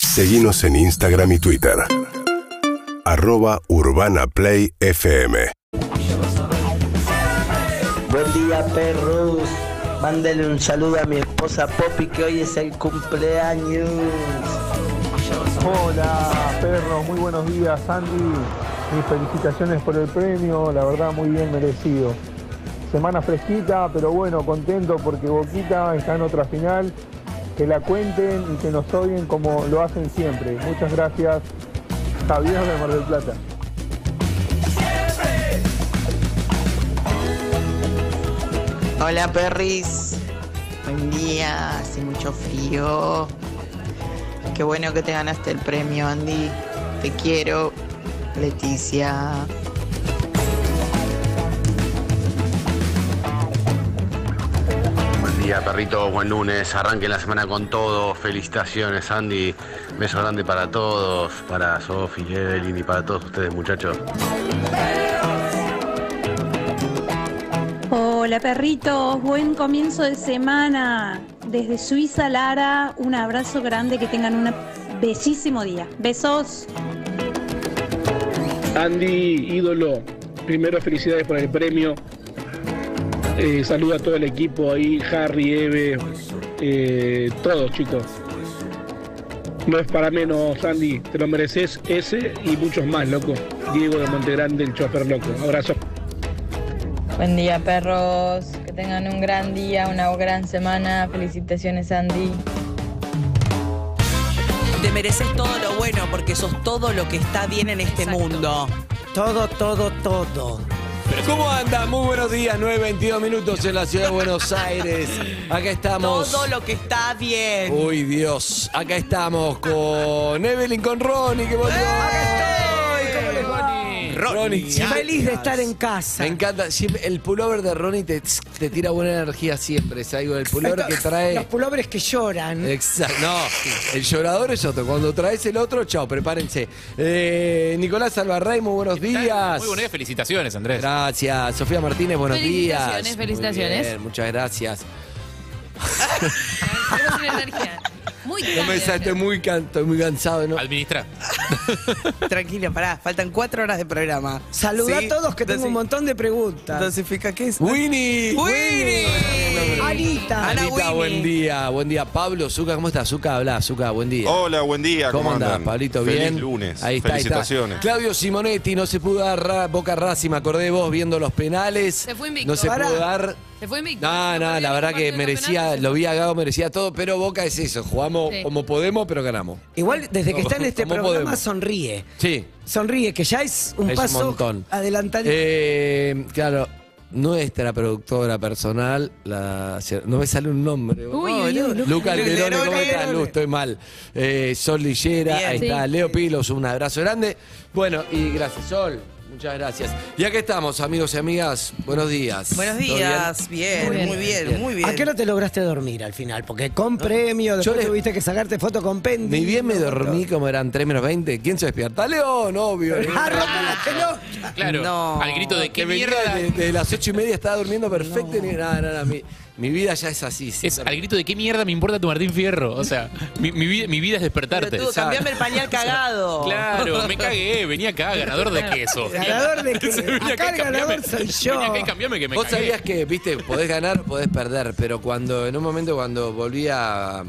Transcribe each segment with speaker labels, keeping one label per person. Speaker 1: Seguimos en Instagram y Twitter. Arroba Urbana Play FM.
Speaker 2: Buen día, perros. Mándale un saludo a mi esposa Poppy, que hoy es el cumpleaños.
Speaker 3: Hola, perro, muy buenos días, Andy. Mis felicitaciones por el premio, la verdad muy bien merecido. Semana fresquita, pero bueno, contento porque Boquita está en otra final. Que la cuenten y que nos oyen como lo hacen siempre. Muchas gracias, Javier de Mar del Plata.
Speaker 4: Hola perris, buen día, hace mucho frío. Qué bueno que te ganaste el premio, Andy. Te quiero, Leticia.
Speaker 5: Buen día, perrito. Buen lunes. Arranquen la semana con todo. Felicitaciones, Andy. Beso grande para todos, para Sofi, Evelyn y para todos ustedes, muchachos.
Speaker 6: Hola perritos, buen comienzo de semana. Desde Suiza, Lara, un abrazo grande, que tengan un bellísimo día. Besos.
Speaker 7: Andy, ídolo, primero felicidades por el premio. Eh, saluda a todo el equipo ahí, Harry, Eve, eh, todos chicos. No es para menos, Andy, te lo mereces ese y muchos más, loco. Diego de Montegrande, el chofer loco. Abrazo.
Speaker 8: Buen día, perros. Que tengan un gran día, una gran semana. Felicitaciones, Andy.
Speaker 9: Te mereces todo lo bueno porque sos todo lo que está bien en este mundo.
Speaker 10: Todo, todo, todo.
Speaker 11: ¿Cómo anda? Muy buenos días, 9.22 minutos en la ciudad de Buenos Aires. Acá estamos.
Speaker 9: Todo lo que está bien.
Speaker 11: Uy, Dios. Acá estamos con Evelyn, con Ronnie, que volvió. Ronnie, siempre-
Speaker 10: Feliz de estar en casa.
Speaker 11: Me encanta. Siempre- el pullover de Ronnie te, te tira buena energía siempre. Es algo del pullover que
Speaker 10: Estos- Los
Speaker 11: trae.
Speaker 10: pulobres que lloran.
Speaker 11: Exacto. No, el llorador es otro. Cuando traes el otro, chao, prepárense. Eh, Nicolás Alvarrey, muy buenos días.
Speaker 12: Muy buenas felicitaciones, Andrés.
Speaker 11: Gracias. Sofía Martínez, buenos
Speaker 13: Felicitaciones,
Speaker 11: días.
Speaker 13: felicitaciones.
Speaker 11: Muy bien, muchas gracias.
Speaker 13: Tenemos una energía. Muy
Speaker 11: No me sa- estoy
Speaker 13: grande.
Speaker 11: muy, can- estoy muy cansado, ¿no?
Speaker 12: Administra.
Speaker 9: Tranquila, pará, faltan cuatro horas de programa.
Speaker 10: Saluda
Speaker 9: Sí,
Speaker 10: a todos que tengo
Speaker 9: dosi-
Speaker 10: un montón de preguntas.
Speaker 9: ¿Dosifica qué es?
Speaker 11: Winnie.
Speaker 9: Winnie.
Speaker 10: Anita.
Speaker 9: Ana
Speaker 11: Anita,
Speaker 9: Winnie.
Speaker 11: buen día, buen día. Pablo, Zuka, ¿cómo estás? Zuka, habla, Zuka, buen día.
Speaker 14: Hola, buen día. ¿Cómo,
Speaker 11: ¿Cómo andás,
Speaker 14: andan?
Speaker 11: Pablito?
Speaker 14: Feliz
Speaker 11: Bien.
Speaker 14: lunes.
Speaker 11: Ahí está, ahí está.
Speaker 14: Felicitaciones.
Speaker 11: Claudio Simonetti, no se pudo dar ra- Boca Racing, me acordé de vos viendo los penales.
Speaker 13: Se fue invicto.
Speaker 11: No se
Speaker 10: Pará.
Speaker 11: pudo dar.
Speaker 13: Se fue invicto.
Speaker 11: No, no, la verdad que merecía, lo vi a Gago, merecía todo, pero Boca es eso. Jugamos
Speaker 13: Sí.
Speaker 11: como podemos, pero ganamos.
Speaker 10: Igual desde que está en este
Speaker 11: ¿Cómo
Speaker 10: programa
Speaker 11: podemos?
Speaker 10: sonríe.
Speaker 11: Sí.
Speaker 10: Sonríe, que ya es un
Speaker 11: Es un
Speaker 10: paso
Speaker 11: montón.
Speaker 10: adelantadito.
Speaker 11: Eh, claro, nuestra productora personal, la, no me sale un nombre. boludo.
Speaker 13: Uy,
Speaker 10: No,
Speaker 13: uy, uy.
Speaker 10: boludo.
Speaker 11: Luca Alderone, ¿cómo
Speaker 9: Alderone.
Speaker 11: estás, Lu? Estoy mal. Eh, Sol Lillera,
Speaker 9: Bien.
Speaker 11: ahí
Speaker 13: Sí.
Speaker 11: está. Leo Pilos, un abrazo grande. Bueno, y gracias, Sol. Muchas gracias. Y aquí estamos, amigos y amigas. Buenos días.
Speaker 9: Buenos
Speaker 11: ¿Todo
Speaker 9: días, bien,
Speaker 13: Muy bien.
Speaker 9: muy bien, muy bien.
Speaker 10: ¿A qué hora te lograste dormir al final? Porque con premio, después
Speaker 11: les-
Speaker 10: tuviste que sacarte foto con
Speaker 11: bien?
Speaker 10: Pendi.
Speaker 11: Ni bien me dormí como eran 3 menos 20. ¿Quién se despierta? León, obvio.
Speaker 10: Ah, rompe la pelota.
Speaker 12: Claro.
Speaker 9: No.
Speaker 12: Al grito de
Speaker 11: Que
Speaker 12: qué
Speaker 11: venía
Speaker 12: mierda.
Speaker 11: de, de las 8 y media estaba durmiendo perfecto. y nada, nada, mi, mi vida ya es así.
Speaker 12: Es al grito de qué mierda me importa tu Martín Fierro. O sea, mi, mi vida, mi vida es
Speaker 9: Pero
Speaker 12: despertarte.
Speaker 9: tú, cambiame el pañal cagado.
Speaker 12: Claro, me cagué, venía acá, ganador de queso.
Speaker 10: Ganador de queso.
Speaker 12: Venía
Speaker 10: Acá el
Speaker 12: y
Speaker 10: ganador
Speaker 12: cambiame.
Speaker 10: soy yo.
Speaker 12: Venía acá y cambiame que me
Speaker 11: Vos
Speaker 12: cagué.
Speaker 11: sabías que, viste, podés ganar o podés perder, pero cuando, en un momento cuando volví a.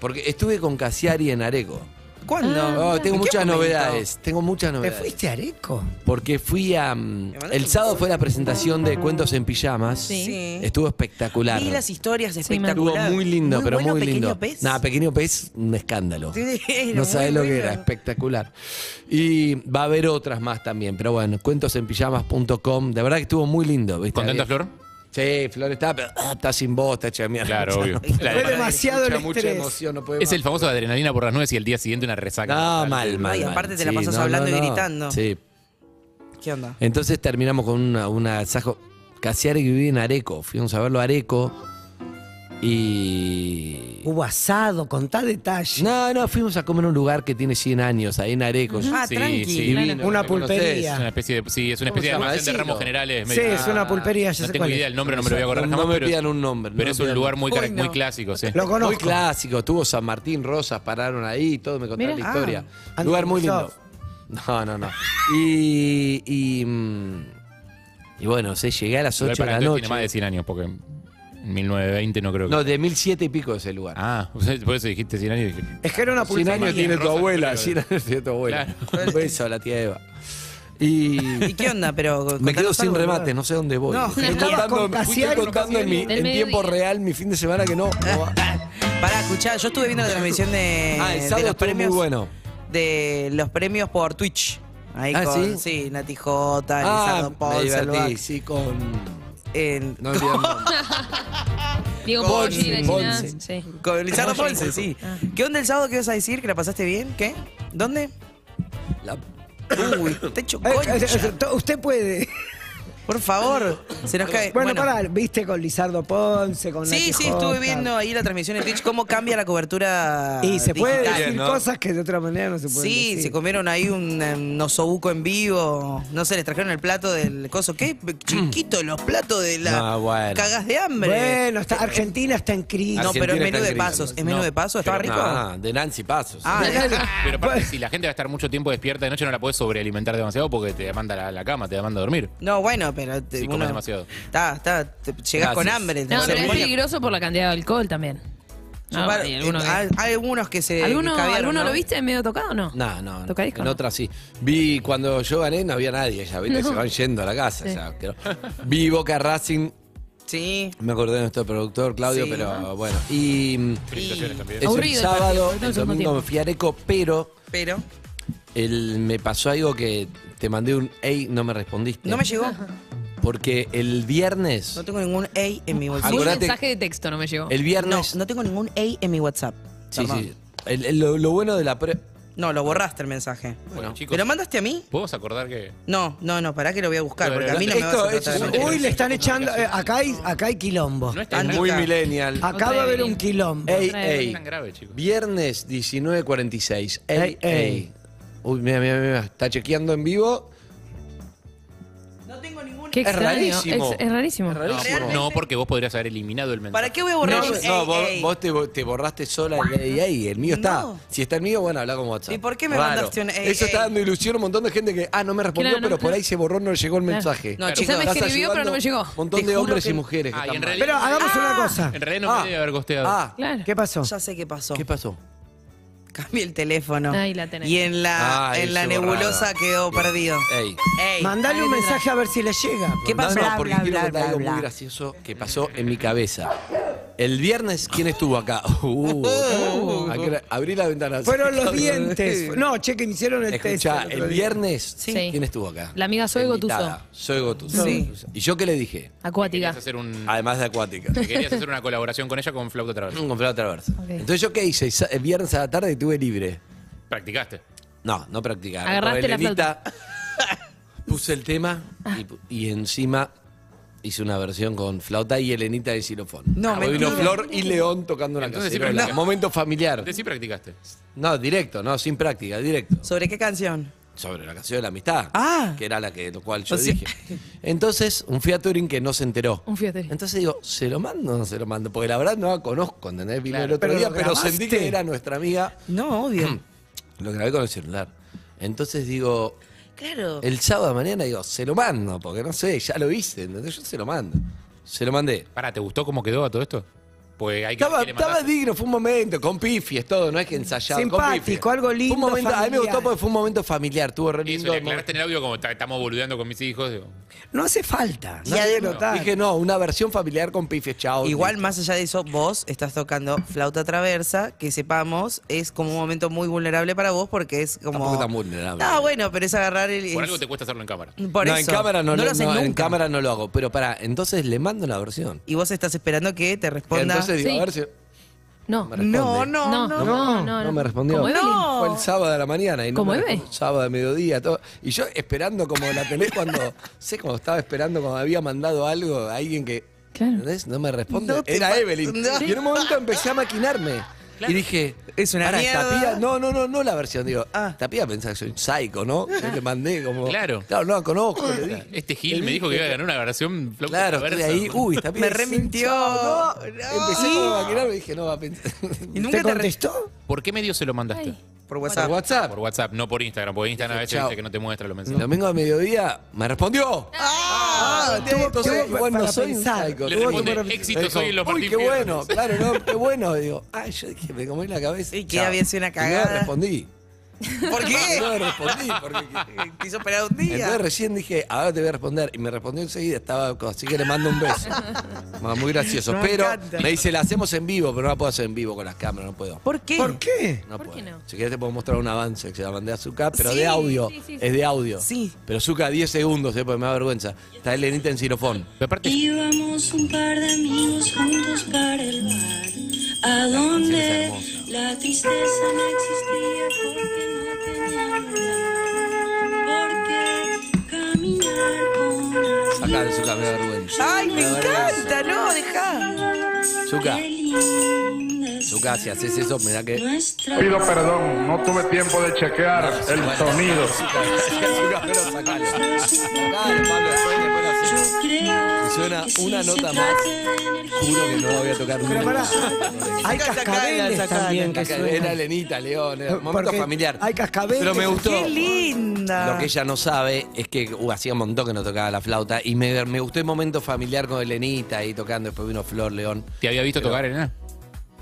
Speaker 11: Porque estuve con Casiari en Areco.
Speaker 10: Ah,
Speaker 9: ¿Cuándo?
Speaker 11: Oh,
Speaker 9: ¿En
Speaker 11: tengo
Speaker 9: qué
Speaker 11: muchas
Speaker 9: momento?
Speaker 11: novedades, tengo muchas
Speaker 10: ¿Te
Speaker 11: novedades.
Speaker 10: fuiste a Areco?
Speaker 11: Porque fui a. mm,
Speaker 9: ¿Me mandaste
Speaker 11: El
Speaker 9: un
Speaker 11: sábado
Speaker 9: mensaje?
Speaker 11: fue la presentación de Cuentos en Pijamas.
Speaker 13: Sí.
Speaker 9: Sí.
Speaker 11: Estuvo espectacular.
Speaker 9: Y las historias
Speaker 13: me
Speaker 9: espectaculares.
Speaker 13: acuerdo.
Speaker 11: Estuvo muy lindo, pero
Speaker 9: bueno,
Speaker 11: muy lindo.
Speaker 9: Pequeño pez.
Speaker 11: Nada, pequeño pez, un escándalo.
Speaker 9: Sí, era
Speaker 11: No
Speaker 9: muy
Speaker 11: sabés lo que
Speaker 9: bueno.
Speaker 11: era, espectacular. Y va a haber otras más también, pero bueno, cuentosenpijamas.com. De verdad que estuvo muy lindo. ¿viste?
Speaker 12: ¿Contenta, Flor?
Speaker 11: Sí, Flor está, pero, ah, está sin voz, está hecha mierda.
Speaker 12: Claro,
Speaker 11: No,
Speaker 12: obvio.
Speaker 11: no
Speaker 12: La-
Speaker 11: puede
Speaker 10: Fue demasiado
Speaker 11: escucha
Speaker 10: el
Speaker 11: mucha
Speaker 10: estrés.
Speaker 11: emoción, no puede
Speaker 12: Es
Speaker 11: más.
Speaker 12: el famoso adrenalina por las nueve y el día siguiente una resaca.
Speaker 11: No,
Speaker 12: Total.
Speaker 11: mal, mal.
Speaker 9: y
Speaker 11: mal.
Speaker 9: aparte te la pasás
Speaker 11: no,
Speaker 9: hablando y
Speaker 11: no.
Speaker 9: gritando.
Speaker 11: Sí.
Speaker 9: ¿Qué onda?
Speaker 11: Entonces terminamos con una, una sajo. Casiari que viví en Areco. Fuimos a verlo a Areco. Y.
Speaker 10: Hubo asado, contá detalle.
Speaker 11: No, no, fuimos a comer a un lugar que tiene 100 años, ahí en Areco.
Speaker 10: Ah, tranqui, claro. Una
Speaker 11: ¿lo conocés?
Speaker 10: pulpería.
Speaker 12: Es una especie de, sí, es una
Speaker 11: ¿Cómo
Speaker 12: especie
Speaker 11: se
Speaker 12: de
Speaker 11: llama?
Speaker 12: almacén de
Speaker 11: Vecino.
Speaker 12: ramos generales.
Speaker 10: Sí, es una pulpería, ya
Speaker 12: No
Speaker 10: sé
Speaker 12: tengo
Speaker 10: cuál
Speaker 12: idea
Speaker 10: es.
Speaker 12: el nombre, no me lo voy a acordar
Speaker 11: No
Speaker 12: jamás.
Speaker 11: me
Speaker 12: pero es-
Speaker 11: pidan un nombre. no
Speaker 12: Pero
Speaker 11: me
Speaker 12: es un
Speaker 11: pidan
Speaker 12: lugar muy,
Speaker 11: nombre.
Speaker 12: carac- muy clásico, sí.
Speaker 11: Muy clásico. Estuvo San Martín, Rosas, pararon ahí, todo, me contaron
Speaker 10: Mira.
Speaker 11: la historia.
Speaker 10: Ah,
Speaker 11: Lugar muy lindo.
Speaker 10: Anticuchov.
Speaker 11: No, no, no. Y. Y, mm, y bueno, sé, llegué a las
Speaker 12: Igual
Speaker 11: 8 de
Speaker 12: para
Speaker 11: la
Speaker 12: entonces
Speaker 11: noche.
Speaker 12: Tiene más de 100 años, porque en 1920 no creo que.
Speaker 11: No, de 1007 y pico ese lugar.
Speaker 12: Ah, por eso dijiste 100 años. y dije,
Speaker 10: Es que era una
Speaker 11: 100
Speaker 10: pulpería.
Speaker 11: años tiene tu
Speaker 12: Rosa,
Speaker 11: abuela,
Speaker 12: creo.
Speaker 11: 100 años tiene tu abuela. Un beso a la tía Eva. Y.
Speaker 14: ¿Y qué onda? Pero
Speaker 11: Me quedo
Speaker 14: contanos
Speaker 11: sin
Speaker 14: algo,
Speaker 11: remate,
Speaker 14: ¿verdad?
Speaker 11: no sé dónde voy.
Speaker 14: No,
Speaker 11: Estoy
Speaker 14: estabas
Speaker 11: contando,
Speaker 14: con
Speaker 11: me fuiste
Speaker 14: Cassiari.
Speaker 11: contando en, mi-
Speaker 14: Del
Speaker 11: en
Speaker 14: mediodía.
Speaker 11: tiempo real mi fin de semana que no. no va.
Speaker 14: Pará, escuchá, yo estuve viendo la transmisión de,
Speaker 11: Ah, el
Speaker 14: de
Speaker 11: sábado
Speaker 14: los
Speaker 11: estuvo muy
Speaker 14: premios.
Speaker 11: bueno.
Speaker 14: De los premios por Twitch. Ahí
Speaker 11: Ah,
Speaker 14: con,
Speaker 11: ¿sí?
Speaker 14: Nati Jota,
Speaker 11: Ah,
Speaker 14: Lizardo
Speaker 11: me divertí, sí, con. No olvidé el nombre.
Speaker 13: Diego
Speaker 14: Ponce,
Speaker 13: Poggi, la
Speaker 14: Ponce.
Speaker 13: China, sí.
Speaker 14: Con Lizardo
Speaker 13: Oye.
Speaker 14: Ponce, sí. ¿Qué onda el sábado que ibas a decir? ¿Que la pasaste bien? ¿Qué? ¿Dónde?
Speaker 11: La-
Speaker 14: Uy, te hecho
Speaker 10: Eh, eh,
Speaker 14: concha.
Speaker 10: eh, to- Usted puede.
Speaker 14: Por favor, se nos cae.
Speaker 10: Bueno,
Speaker 14: bueno.
Speaker 10: pará, viste con Lizardo Ponce, con
Speaker 14: Sí,
Speaker 10: Nati
Speaker 14: sí,
Speaker 10: Jota.
Speaker 14: estuve viendo ahí la transmisión en Twitch cómo cambia la cobertura.
Speaker 10: Y se puede
Speaker 14: digital.
Speaker 10: decir cosas que de otra manera no se pueden
Speaker 14: Sí,
Speaker 10: decir.
Speaker 14: se comieron ahí un, eh, osobuco en vivo. No sé, les trajeron el plato del coso. ¿Qué? Chiquito, los platos de la.
Speaker 11: No, bueno.
Speaker 14: Cagás de hambre.
Speaker 10: Bueno, está- Argentina está en crisis.
Speaker 14: No, pero es menú de
Speaker 11: gris.
Speaker 14: pasos. ¿Es menú de pasos? ¿Estaba
Speaker 11: pero-
Speaker 14: rico?
Speaker 11: Ah, de Nancy Pasos.
Speaker 14: Ah,
Speaker 12: Pero aparte, si la gente va a estar mucho tiempo despierta de noche, no la puedes sobrealimentar demasiado porque te manda la, la cama, te manda a dormir.
Speaker 14: No, bueno, pero. te-
Speaker 12: Si
Speaker 14: uno-
Speaker 12: comes demasiado.
Speaker 14: Está, está. te- Llegás con
Speaker 12: Gracias.
Speaker 14: hambre.
Speaker 13: No,
Speaker 14: se
Speaker 13: pero es
Speaker 14: pone-
Speaker 13: peligroso por la cantidad de alcohol también.
Speaker 14: se
Speaker 13: Ah,
Speaker 14: va-
Speaker 13: hay algunos que-
Speaker 14: Eh, hay- hay algunos que se.
Speaker 13: ¿Alguno,
Speaker 14: caviaron,
Speaker 13: ¿alguno
Speaker 14: ¿no?
Speaker 13: lo viste medio tocado o no?
Speaker 11: No, no, no.
Speaker 13: Tocadisco,
Speaker 11: En
Speaker 13: ¿no?
Speaker 11: otra sí. Vi cuando yo gané, no había nadie ya, ¿viste?
Speaker 13: No.
Speaker 11: Se van yendo a la casa.
Speaker 13: Sí.
Speaker 11: ya, que no. Vi Boca Racing.
Speaker 14: Sí.
Speaker 11: Me acordé de nuestro productor, Claudio,
Speaker 14: Sí.
Speaker 11: pero bueno. Y. mm,
Speaker 12: Felicitaciones también.
Speaker 11: Es
Speaker 13: Aburrido
Speaker 11: el
Speaker 13: el
Speaker 11: sábado,
Speaker 13: partido,
Speaker 11: el,
Speaker 13: todo el segundo
Speaker 11: domingo me fui a Areco, pero
Speaker 14: Pero.
Speaker 11: el- me pasó algo que te mandé un hey, no me respondiste.
Speaker 14: No me llegó.
Speaker 11: Porque el viernes.
Speaker 14: No tengo ningún A en mi
Speaker 13: Ni Un
Speaker 14: WhatsApp.
Speaker 11: Acordate-
Speaker 13: mensaje de texto no me llegó.
Speaker 11: El viernes.
Speaker 14: No, no tengo ningún A en mi WhatsApp.
Speaker 11: sí,
Speaker 14: Perdón.
Speaker 11: sí. El- el- lo, lo bueno de la pre-
Speaker 14: No, lo borraste el mensaje.
Speaker 12: Bueno,
Speaker 14: ¿Me
Speaker 12: chicos,
Speaker 14: lo mandaste a mí?
Speaker 12: ¿podemos acordar que.?
Speaker 14: No, no, no, pará que lo voy a buscar,
Speaker 12: Pero,
Speaker 14: porque a
Speaker 12: pero,
Speaker 14: mí no me vas
Speaker 11: esto-
Speaker 14: a tratar
Speaker 11: esto
Speaker 14: de
Speaker 11: es-
Speaker 14: mentir.
Speaker 10: Uy, le están echando. eh, acá, hay, acá hay quilombo.
Speaker 12: No es tan,
Speaker 14: Tan-
Speaker 11: Muy
Speaker 14: Acá.
Speaker 11: millennial.
Speaker 10: Acá va a haber un quilombo.
Speaker 11: Ey,
Speaker 13: Otra vez.
Speaker 11: ey.
Speaker 12: tan grave, chicos.
Speaker 11: Viernes 19.46. Ey,
Speaker 10: Ey,
Speaker 11: ey.
Speaker 10: ey.
Speaker 11: Uy, mira, mira, mira. Está chequeando en vivo.
Speaker 14: No tengo ningún
Speaker 13: Qué
Speaker 11: Es
Speaker 13: extraño.
Speaker 11: rarísimo.
Speaker 13: Es, es rarísimo.
Speaker 11: Es
Speaker 12: No,
Speaker 11: rarísimo.
Speaker 14: Realmente-
Speaker 12: no, porque vos podrías haber eliminado el mensaje.
Speaker 14: ¿Para qué voy a
Speaker 11: No,
Speaker 14: borrar
Speaker 11: no,
Speaker 14: un
Speaker 11: no,
Speaker 14: ey,
Speaker 11: vos,
Speaker 14: ey?
Speaker 11: vos te, bo- te borraste sola el ey, ey. El mío está.
Speaker 14: No.
Speaker 11: Si está el mío, bueno, habla con WhatsApp.
Speaker 14: ¿Y por qué me mandaste un ey,
Speaker 11: Eso está
Speaker 14: ey?
Speaker 11: dando ilusión a un montón de gente que, ah, no me respondió,
Speaker 13: Claro, no,
Speaker 11: pero por
Speaker 13: claro.
Speaker 11: ahí se borró, no le llegó el
Speaker 13: Claro.
Speaker 11: mensaje.
Speaker 14: No, chicos.
Speaker 13: O sea, me
Speaker 11: Estás
Speaker 13: escribió, pero no me llegó.
Speaker 11: ayudando a Un montón
Speaker 14: Te
Speaker 11: de
Speaker 14: juro
Speaker 11: hombres
Speaker 14: que-
Speaker 11: y mujeres. que
Speaker 12: Ah, y
Speaker 11: están
Speaker 12: en
Speaker 11: mal.
Speaker 12: realidad-
Speaker 10: Pero hagamos una cosa.
Speaker 12: En realidad no
Speaker 11: Ah.
Speaker 12: me debe haber gosteado.
Speaker 11: Ah,
Speaker 13: Claro.
Speaker 10: ¿Qué pasó?
Speaker 14: Ya sé qué pasó.
Speaker 11: ¿qué pasó?
Speaker 14: Cambié el teléfono.
Speaker 13: Ahí la tenés.
Speaker 14: Y en la,
Speaker 11: Ay,
Speaker 14: en la
Speaker 11: ese
Speaker 14: nebulosa
Speaker 11: borrado.
Speaker 14: quedó
Speaker 11: Bien.
Speaker 14: perdido.
Speaker 11: Ey.
Speaker 14: Ey.
Speaker 10: Mandale un mensaje a ver si le llega.
Speaker 14: ¿Qué pasó?
Speaker 11: No,
Speaker 14: Bla,
Speaker 11: porque
Speaker 14: bla,
Speaker 11: quiero
Speaker 14: bla,
Speaker 11: contar
Speaker 14: bla,
Speaker 11: algo
Speaker 14: bla.
Speaker 11: muy gracioso que pasó en mi cabeza. El viernes, ¿quién estuvo acá? Uh, ¿a qué hora? abrí la ventana.
Speaker 10: Fueron los dientes. No, che, que me hicieron el test.
Speaker 11: Escucha,
Speaker 10: otro
Speaker 11: el
Speaker 10: día.
Speaker 11: viernes,
Speaker 13: Sí.
Speaker 11: ¿quién estuvo acá?
Speaker 13: La amiga Zoe
Speaker 11: Invitada,
Speaker 13: Gotuso.
Speaker 11: Zoe Gotuso.
Speaker 14: Sí.
Speaker 11: ¿Y yo qué le dije?
Speaker 13: Acuática.
Speaker 12: Querías hacer, un,
Speaker 11: Además de acuática.
Speaker 12: querías hacer una colaboración con ella con Flauta otra vez.
Speaker 11: Compré otra vez.
Speaker 13: Ok.
Speaker 11: Entonces, ¿yo qué hice? Sa- El viernes a la tarde tuve libre.
Speaker 12: Practicaste.
Speaker 11: No, no practicaba.
Speaker 13: Agarraste
Speaker 11: Con
Speaker 13: la
Speaker 11: Elenita, Puse el tema y, pu- y encima hice una versión con flauta y Elenita de xilofón.
Speaker 14: No,
Speaker 11: Después Ah, vino
Speaker 14: mentira.
Speaker 11: Flor y León tocando una
Speaker 12: Entonces sí
Speaker 11: cacerola.
Speaker 12: practicaste.
Speaker 11: Momento familiar.
Speaker 12: Entonces sí practicaste.
Speaker 11: No, directo, no, sin práctica, directo.
Speaker 14: ¿Sobre qué canción?
Speaker 11: Sobre la canción de la amistad.
Speaker 14: Ah.
Speaker 11: Que era la que, lo cual yo
Speaker 14: O sea-
Speaker 11: dije. Entonces, un Fiat Turing que no se enteró.
Speaker 13: Un fiatero.
Speaker 11: Entonces digo, ¿se lo mando o no se lo mando? Porque la verdad no la conozco, ¿entendés? Vino el otro
Speaker 10: Pero
Speaker 11: día,
Speaker 10: lo
Speaker 11: pero sentí
Speaker 10: grabaste.
Speaker 11: que era nuestra amiga.
Speaker 14: No, obvio.
Speaker 11: Lo grabé con el celular. Entonces digo,
Speaker 14: claro.
Speaker 11: el sábado de mañana digo, se lo mando, porque no sé, ya lo hice, ¿entendés? Yo se lo mando. Se lo mandé.
Speaker 12: Pará, ¿te gustó cómo quedó a todo esto? Pues hay que.
Speaker 11: Estaba,
Speaker 12: que le mandás-
Speaker 11: estaba digno, fue un momento, con pifies, todo, no es que ensayado. con
Speaker 10: Simpático,
Speaker 11: pifies.
Speaker 10: algo
Speaker 11: Fue un
Speaker 10: lindo,
Speaker 11: momento- a mí me
Speaker 10: familiar.
Speaker 11: gustó porque fue un momento familiar, tuvo re
Speaker 12: Eso,
Speaker 11: lindo.
Speaker 12: le aclaraste en el audio como "Ta- estamos boludeando con mis hijos. digo,
Speaker 10: No hace falta.
Speaker 14: Y
Speaker 10: No hace
Speaker 14: además-
Speaker 10: notar.
Speaker 11: Dije, no, una versión familiar con pifies, chao.
Speaker 14: Igual, más allá de eso, vos estás tocando flauta traversa, que sepamos, es como un momento muy vulnerable para vos porque es
Speaker 11: Tampoco
Speaker 14: como.
Speaker 11: tan vulnerable.
Speaker 14: Ah, bueno, pero es agarrar el.
Speaker 12: Por
Speaker 14: el-
Speaker 12: algo te cuesta hacerlo en cámara.
Speaker 14: por
Speaker 11: no,
Speaker 14: eso.
Speaker 11: en cámara no,
Speaker 14: lo
Speaker 11: lo-
Speaker 14: haces
Speaker 11: no, en
Speaker 14: nunca.
Speaker 11: cámara no lo hago, pero para, entonces le mando la versión.
Speaker 14: Y vos estás esperando que te responda.
Speaker 11: Entonces digo,
Speaker 13: Sí.
Speaker 11: a ver si
Speaker 13: No. No,
Speaker 11: me responde.
Speaker 14: no, no, no,
Speaker 13: no, no,
Speaker 11: No me respondió.
Speaker 13: Como Evelyn.
Speaker 14: No.
Speaker 11: Fue el sábado de la mañana. Y no
Speaker 13: ¿Cómo
Speaker 11: me
Speaker 13: Eve?
Speaker 11: respondió. Sábado de mediodía. Todo. Y yo esperando como la tenés cuando. sé como estaba esperando cuando había mandado algo a alguien que ¿Entendés? No me responde.
Speaker 14: No te
Speaker 11: Era
Speaker 14: pa-
Speaker 11: Evelyn.
Speaker 14: no.
Speaker 11: Y en un momento empecé a maquinarme. Y dije,
Speaker 14: Es una
Speaker 11: "Pará, esta
Speaker 14: mierda".
Speaker 11: piba- No, no, no, no la versión. Digo, ah, esta piba pensaba que soy un psycho, ¿no? Yo le mandé como. Claro. Claro, no la conozco. le dije.
Speaker 12: Este Gil me dijo que iba a ganar una versión floja.
Speaker 11: Claro, estoy
Speaker 12: perversa.
Speaker 11: ahí. Uy, esta piba
Speaker 14: Me
Speaker 11: es-
Speaker 14: remintió.
Speaker 11: Chao,
Speaker 14: No.
Speaker 11: no. Empecé como a maquinarme y dije, no, va a pensar.
Speaker 14: ¿Y nunca te
Speaker 10: contestó?
Speaker 12: ¿Por qué medio se lo mandaste?
Speaker 14: Por WhatsApp.
Speaker 11: WhatsApp.
Speaker 12: Por WhatsApp, no por Instagram, porque Instagram a veces
Speaker 11: Chao.
Speaker 12: viste que no te muestra los
Speaker 11: El
Speaker 12: mensajes.
Speaker 11: domingo a mediodía me respondió. Ah,
Speaker 14: tuvo-
Speaker 11: entonces,
Speaker 14: tuvo
Speaker 11: bueno,
Speaker 14: para
Speaker 11: soy un
Speaker 14: pensar.
Speaker 11: psycho.
Speaker 12: Le
Speaker 11: Tuvo
Speaker 12: responde,
Speaker 11: que para-
Speaker 12: "Éxito,
Speaker 11: Me dijo,
Speaker 12: soy en los
Speaker 11: Uy,
Speaker 12: Martín
Speaker 11: qué
Speaker 12: Fierro".
Speaker 11: bueno, claro, no, qué bueno. Digo, ay, yo dije, me comí la cabeza.
Speaker 14: Y que
Speaker 11: Chao.
Speaker 14: había sido una
Speaker 11: Y No
Speaker 14: cagada.
Speaker 11: le respondí.
Speaker 14: ¿Por qué?
Speaker 11: No le respondí, porque
Speaker 14: Quiso esperar un
Speaker 11: entonces
Speaker 14: día.
Speaker 11: recién dije, ahora te voy a responder. Y me respondió enseguida, estaba co- así que le mando un beso. Ma, Muy gracioso.
Speaker 14: Me
Speaker 11: pero
Speaker 14: encanta.
Speaker 11: me dice, la hacemos en vivo, pero no la puedo hacer en vivo con las cámaras, no puedo.
Speaker 14: ¿Por qué?
Speaker 10: ¿Por qué?
Speaker 11: No
Speaker 13: ¿Por
Speaker 11: puedo.
Speaker 13: qué no?
Speaker 11: Si querés te puedo mostrar un avance que se la mandé a Zuka, pero
Speaker 13: Sí,
Speaker 11: de audio.
Speaker 13: sí, sí, sí.
Speaker 11: Es de audio.
Speaker 14: Sí.
Speaker 11: Pero Zuka 10 segundos, eh, porque me da vergüenza. Está Elenita en xilofón.
Speaker 12: Pero aparte,
Speaker 15: Íbamos un par de amigos juntos para el bar, a donde la tristeza no existía porque no tenía lugar, porque caminar con
Speaker 11: Sacá de Zuka, me da vergüenza.
Speaker 14: Ay, me encanta, no, dejá.
Speaker 11: Zuka,
Speaker 15: alguien
Speaker 11: Zuka, si haces eso, me da que.
Speaker 15: nuestra
Speaker 3: perdón, no tuve tiempo de chequear
Speaker 11: Bueno, Zuka, pero sacalo. Sacalo, Pablo, después, después lo hacemos.
Speaker 15: creo
Speaker 11: Si suena una nota más, juro que no la voy a tocar
Speaker 10: Pero
Speaker 11: nunca.
Speaker 10: pará, hay cascabeles también que
Speaker 11: Acá, Era
Speaker 10: suenan.
Speaker 11: Lenita, León, era un momento
Speaker 10: Porque
Speaker 11: familiar.
Speaker 10: Hay cascabeles.
Speaker 11: Pero me gustó.
Speaker 14: Qué linda.
Speaker 11: Lo que ella no sabe es que uh, hacía un montón que no tocaba la flauta y me, me gustó el momento familiar con Elenita ahí tocando, después vino Flor León.
Speaker 12: ¿te había visto
Speaker 11: Pero-
Speaker 12: tocar en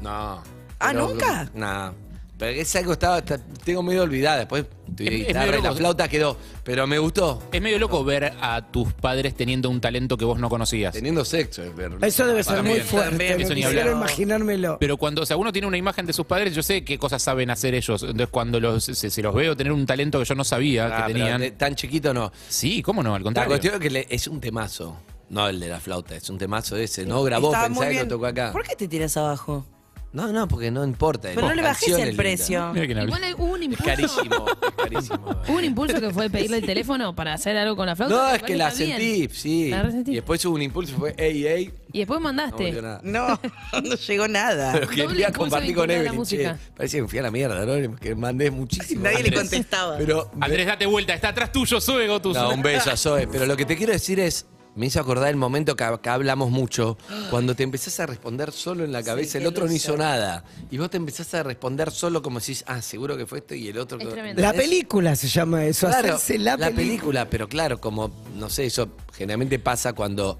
Speaker 11: No.
Speaker 14: Ah, ¿nunca?
Speaker 11: No. Pero es algo que estaba, está- tengo medio olvidada, después tu
Speaker 12: Es- es
Speaker 11: guitarra
Speaker 12: medio
Speaker 11: y la
Speaker 12: loco.
Speaker 11: flauta quedó, pero me gustó.
Speaker 12: Es medio loco ver a tus padres teniendo un talento que vos no conocías.
Speaker 11: Teniendo sexo, es ver-
Speaker 10: Eso debe ser
Speaker 12: También,
Speaker 10: muy fuerte.
Speaker 14: también,
Speaker 10: no
Speaker 12: eso ni
Speaker 10: quisiera
Speaker 12: hablar.
Speaker 10: imaginármelo.
Speaker 12: Pero cuando, o sea, uno tiene una imagen de sus padres, yo sé qué cosas saben hacer ellos. Entonces, cuando los, se, se los veo tener un talento que yo no sabía
Speaker 11: Ah,
Speaker 12: que
Speaker 11: pero
Speaker 12: tenían.
Speaker 11: de- tan chiquito no.
Speaker 12: Sí, cómo no, al
Speaker 11: La
Speaker 12: contrario.
Speaker 11: cuestión es que le- es un temazo. No el de la flauta, es un temazo ese. No grabó,
Speaker 14: Estaba
Speaker 11: pensá
Speaker 14: muy
Speaker 11: que
Speaker 14: bien.
Speaker 11: lo tocó acá.
Speaker 14: ¿Por qué te tiras abajo?
Speaker 11: No, no, porque no importa.
Speaker 14: Pero no le bajes
Speaker 11: Canciones
Speaker 14: el
Speaker 11: lindas.
Speaker 14: precio.
Speaker 12: Mira quién habla.
Speaker 13: Igual hubo un
Speaker 11: Es
Speaker 13: impulso.
Speaker 11: carísimo, eh. es carísimo.
Speaker 13: Hubo un impulso que fue pedirle el teléfono para hacer algo con la flauta.
Speaker 11: No,
Speaker 13: lo
Speaker 11: es
Speaker 13: cual
Speaker 11: que
Speaker 13: está
Speaker 11: la
Speaker 13: bien.
Speaker 11: sentí, sí.
Speaker 13: La resentí.
Speaker 11: Y después hubo un impulso, fue, ey, ey,
Speaker 13: Y después
Speaker 11: no
Speaker 13: mandaste.
Speaker 11: volvió nada.
Speaker 14: No, no llegó nada.
Speaker 11: Pero quería
Speaker 13: impulso
Speaker 11: compartir
Speaker 13: vinculado
Speaker 11: con
Speaker 13: a la
Speaker 11: Evelyn, che.
Speaker 13: música.
Speaker 11: Parece que fui a la mierda, ¿no? Que mandé muchísimo.
Speaker 14: Nadie le contestaba.
Speaker 11: Pero
Speaker 12: Andrés, date vuelta, está atrás tuyo, sube Gotus.
Speaker 11: No, un beso a Zoe. Pero lo que te quiero decir es, me hizo acordar el momento que acá hablamos mucho, cuando te empezás a responder solo en la cabeza, el otro no hizo nada. Y vos te empezás a responder solo como si, ah, seguro que fue esto y el otro...
Speaker 13: Es
Speaker 11: que-
Speaker 13: tremendo.
Speaker 10: La película se llama eso,
Speaker 11: Claro,
Speaker 10: hacerse la, película.
Speaker 11: pero claro, como, no sé, eso generalmente pasa cuando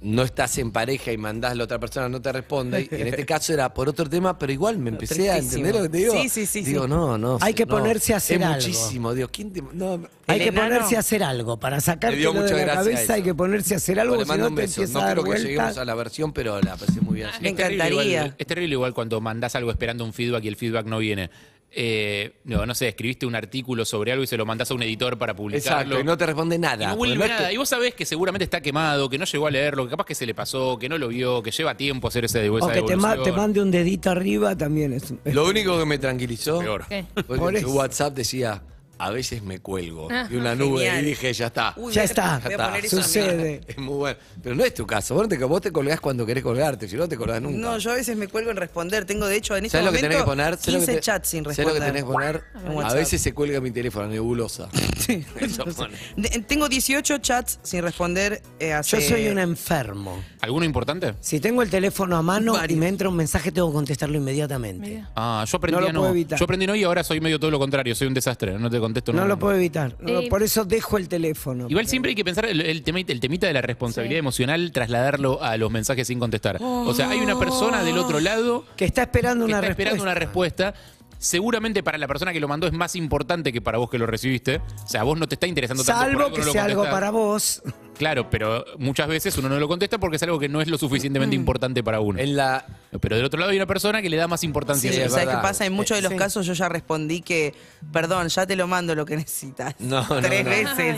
Speaker 11: no estás en pareja y mandás, la otra persona no te responde. Y en este caso era por otro tema, pero igual me empecé a
Speaker 14: tristísimo.
Speaker 11: entender lo que te digo.
Speaker 14: Sí, sí, sí,
Speaker 11: Digo,
Speaker 14: sí.
Speaker 11: no, no.
Speaker 10: Hay que
Speaker 11: no,
Speaker 10: ponerse a hacer
Speaker 11: es
Speaker 10: algo.
Speaker 11: muchísimo, Dios, ¿quién te- no, no.
Speaker 10: Hay
Speaker 14: El
Speaker 10: que
Speaker 14: enano-
Speaker 10: ponerse a hacer algo. Para
Speaker 11: Le dio
Speaker 10: sacártelo
Speaker 11: mucha
Speaker 10: de la
Speaker 11: gracia a eso. Pues
Speaker 10: cabeza hay que ponerse a hacer algo.
Speaker 11: le
Speaker 10: si
Speaker 11: mando
Speaker 10: no
Speaker 11: un
Speaker 10: te
Speaker 11: beso.
Speaker 10: empieza
Speaker 11: No
Speaker 10: a dar
Speaker 11: creo que
Speaker 10: vueltas.
Speaker 11: lleguemos a la versión, pero la pasé muy bien.
Speaker 14: Me
Speaker 12: Es terrible igual-
Speaker 14: encantaría.
Speaker 12: es terrible igual cuando mandás algo esperando un feedback y el feedback no viene. Eh, no, no sé, escribiste un artículo sobre algo y se lo mandás a un editor para publicarlo.
Speaker 11: Exacto, y no te responde
Speaker 12: Y
Speaker 11: nada.
Speaker 12: no
Speaker 11: porque
Speaker 12: vuelve
Speaker 11: no es
Speaker 12: nada.
Speaker 11: que-
Speaker 12: Y vos sabés que seguramente está quemado, que no llegó a leerlo, que capaz que se le pasó, que no lo vio, que lleva tiempo hacer ese
Speaker 10: O que te, ma- te mande un dedito arriba también es, es-
Speaker 11: Lo único que me tranquilizó
Speaker 12: Peor.
Speaker 13: ¿Qué?
Speaker 11: fue
Speaker 10: Por
Speaker 11: que en su
Speaker 10: eso.
Speaker 11: WhatsApp decía, a veces me cuelgo. Y una
Speaker 13: Ajá,
Speaker 11: nube,
Speaker 14: Ah, genial.
Speaker 11: y dije, ya está.
Speaker 14: Uy,
Speaker 10: Ya
Speaker 14: voy a-
Speaker 10: está.
Speaker 14: voy a
Speaker 11: Ya
Speaker 14: poner
Speaker 11: está.
Speaker 14: eso en mi-
Speaker 10: Sucede.
Speaker 11: Es muy bueno. Pero no es tu caso. Vos no te, vos te colgás cuando querés colgarte, si no te colgás nunca.
Speaker 14: No, yo a veces me cuelgo en responder. Tengo, de hecho, en este
Speaker 11: ¿Sabes lo que
Speaker 14: momento
Speaker 11: tenés que poner? ¿Sabés
Speaker 14: 15
Speaker 11: lo que te-
Speaker 14: chats sin
Speaker 11: ¿sabés
Speaker 14: responder. Ah,
Speaker 11: lo que tenés que poner?
Speaker 14: En
Speaker 11: A
Speaker 14: WhatsApp.
Speaker 11: veces se cuelga mi teléfono, nebulosa. Eso pone.
Speaker 14: De- Tengo 18 chats sin responder eh, hace...
Speaker 10: Yo soy un enfermo.
Speaker 12: ¿Alguno importante?
Speaker 10: Si tengo el teléfono a mano y
Speaker 14: Varios.
Speaker 10: me entra un mensaje, tengo que contestarlo inmediatamente.
Speaker 13: Mira.
Speaker 12: Ah, yo aprendí
Speaker 10: No lo
Speaker 12: a no.
Speaker 10: puedo evitar.
Speaker 12: Yo aprendí no y ahora soy medio todo lo contrario, soy un desastre, no te contesto
Speaker 10: No
Speaker 12: nunca.
Speaker 10: lo puedo evitar. No,
Speaker 13: Eh,
Speaker 10: por eso dejo el teléfono.
Speaker 12: Igual siempre hay que pensar el, el tema, el temita de la responsabilidad emocional, trasladarlo a los mensajes sin contestar. O sea, hay una persona del otro lado
Speaker 10: Que está esperando
Speaker 12: que
Speaker 10: una
Speaker 12: está
Speaker 10: respuesta.
Speaker 12: esperando una respuesta. Seguramente para la persona que lo mandó es más importante que para vos que lo recibiste. O sea, a vos no te está interesando tanto. por algo
Speaker 10: Salvo
Speaker 12: no
Speaker 10: que
Speaker 12: lo
Speaker 10: sea algo
Speaker 12: contestás.
Speaker 10: para vos.
Speaker 12: Claro, pero muchas veces uno no lo contesta porque es algo que no es lo
Speaker 14: Mm.
Speaker 12: suficientemente importante para uno.
Speaker 11: En la.
Speaker 12: Pero del otro lado hay una persona que le da más
Speaker 14: Sí,
Speaker 12: importancia. a
Speaker 11: Sí,
Speaker 12: eso.
Speaker 11: es
Speaker 14: ¿sabes qué
Speaker 11: verdad.
Speaker 14: pasa? En muchos de los
Speaker 10: Sí.
Speaker 14: casos yo ya respondí que, perdón, ya te lo mando lo que necesitas.
Speaker 11: No, no,
Speaker 14: Tres
Speaker 11: no.
Speaker 14: veces.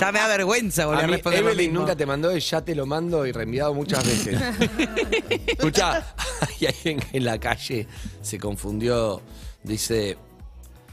Speaker 14: Ya me da vergüenza volver a,
Speaker 11: A mí,
Speaker 14: responder lo
Speaker 11: Evelyn
Speaker 14: mismo.
Speaker 11: nunca te mandó el ya te lo mando y reenviado muchas veces. Escucha, hay alguien que en la calle se confundió. Dice,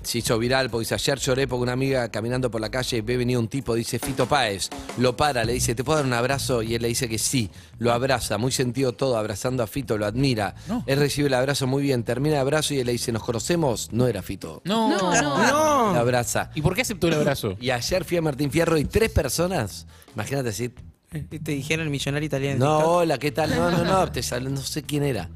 Speaker 11: se hizo viral porque dice, ayer lloré porque una amiga caminando por la calle ve venir un tipo, dice Fito Páez, lo para, le dice, ¿te puedo dar un abrazo? Y él le dice que sí, lo abraza, muy sentido todo, abrazando a Fito, lo admira. Él recibe el abrazo muy bien, termina el abrazo y él le dice, ¿nos conocemos? No era Fito.
Speaker 12: No, no,
Speaker 11: La abraza.
Speaker 12: ¿Y por qué aceptó el abrazo?
Speaker 11: Y ayer fui a Martín Fierro y tres personas, imagínate si... Te
Speaker 14: Eh, dijeron el millonario italiano.
Speaker 11: No, hola, ¿qué tal? No, no, no, te sal- no sé quién era.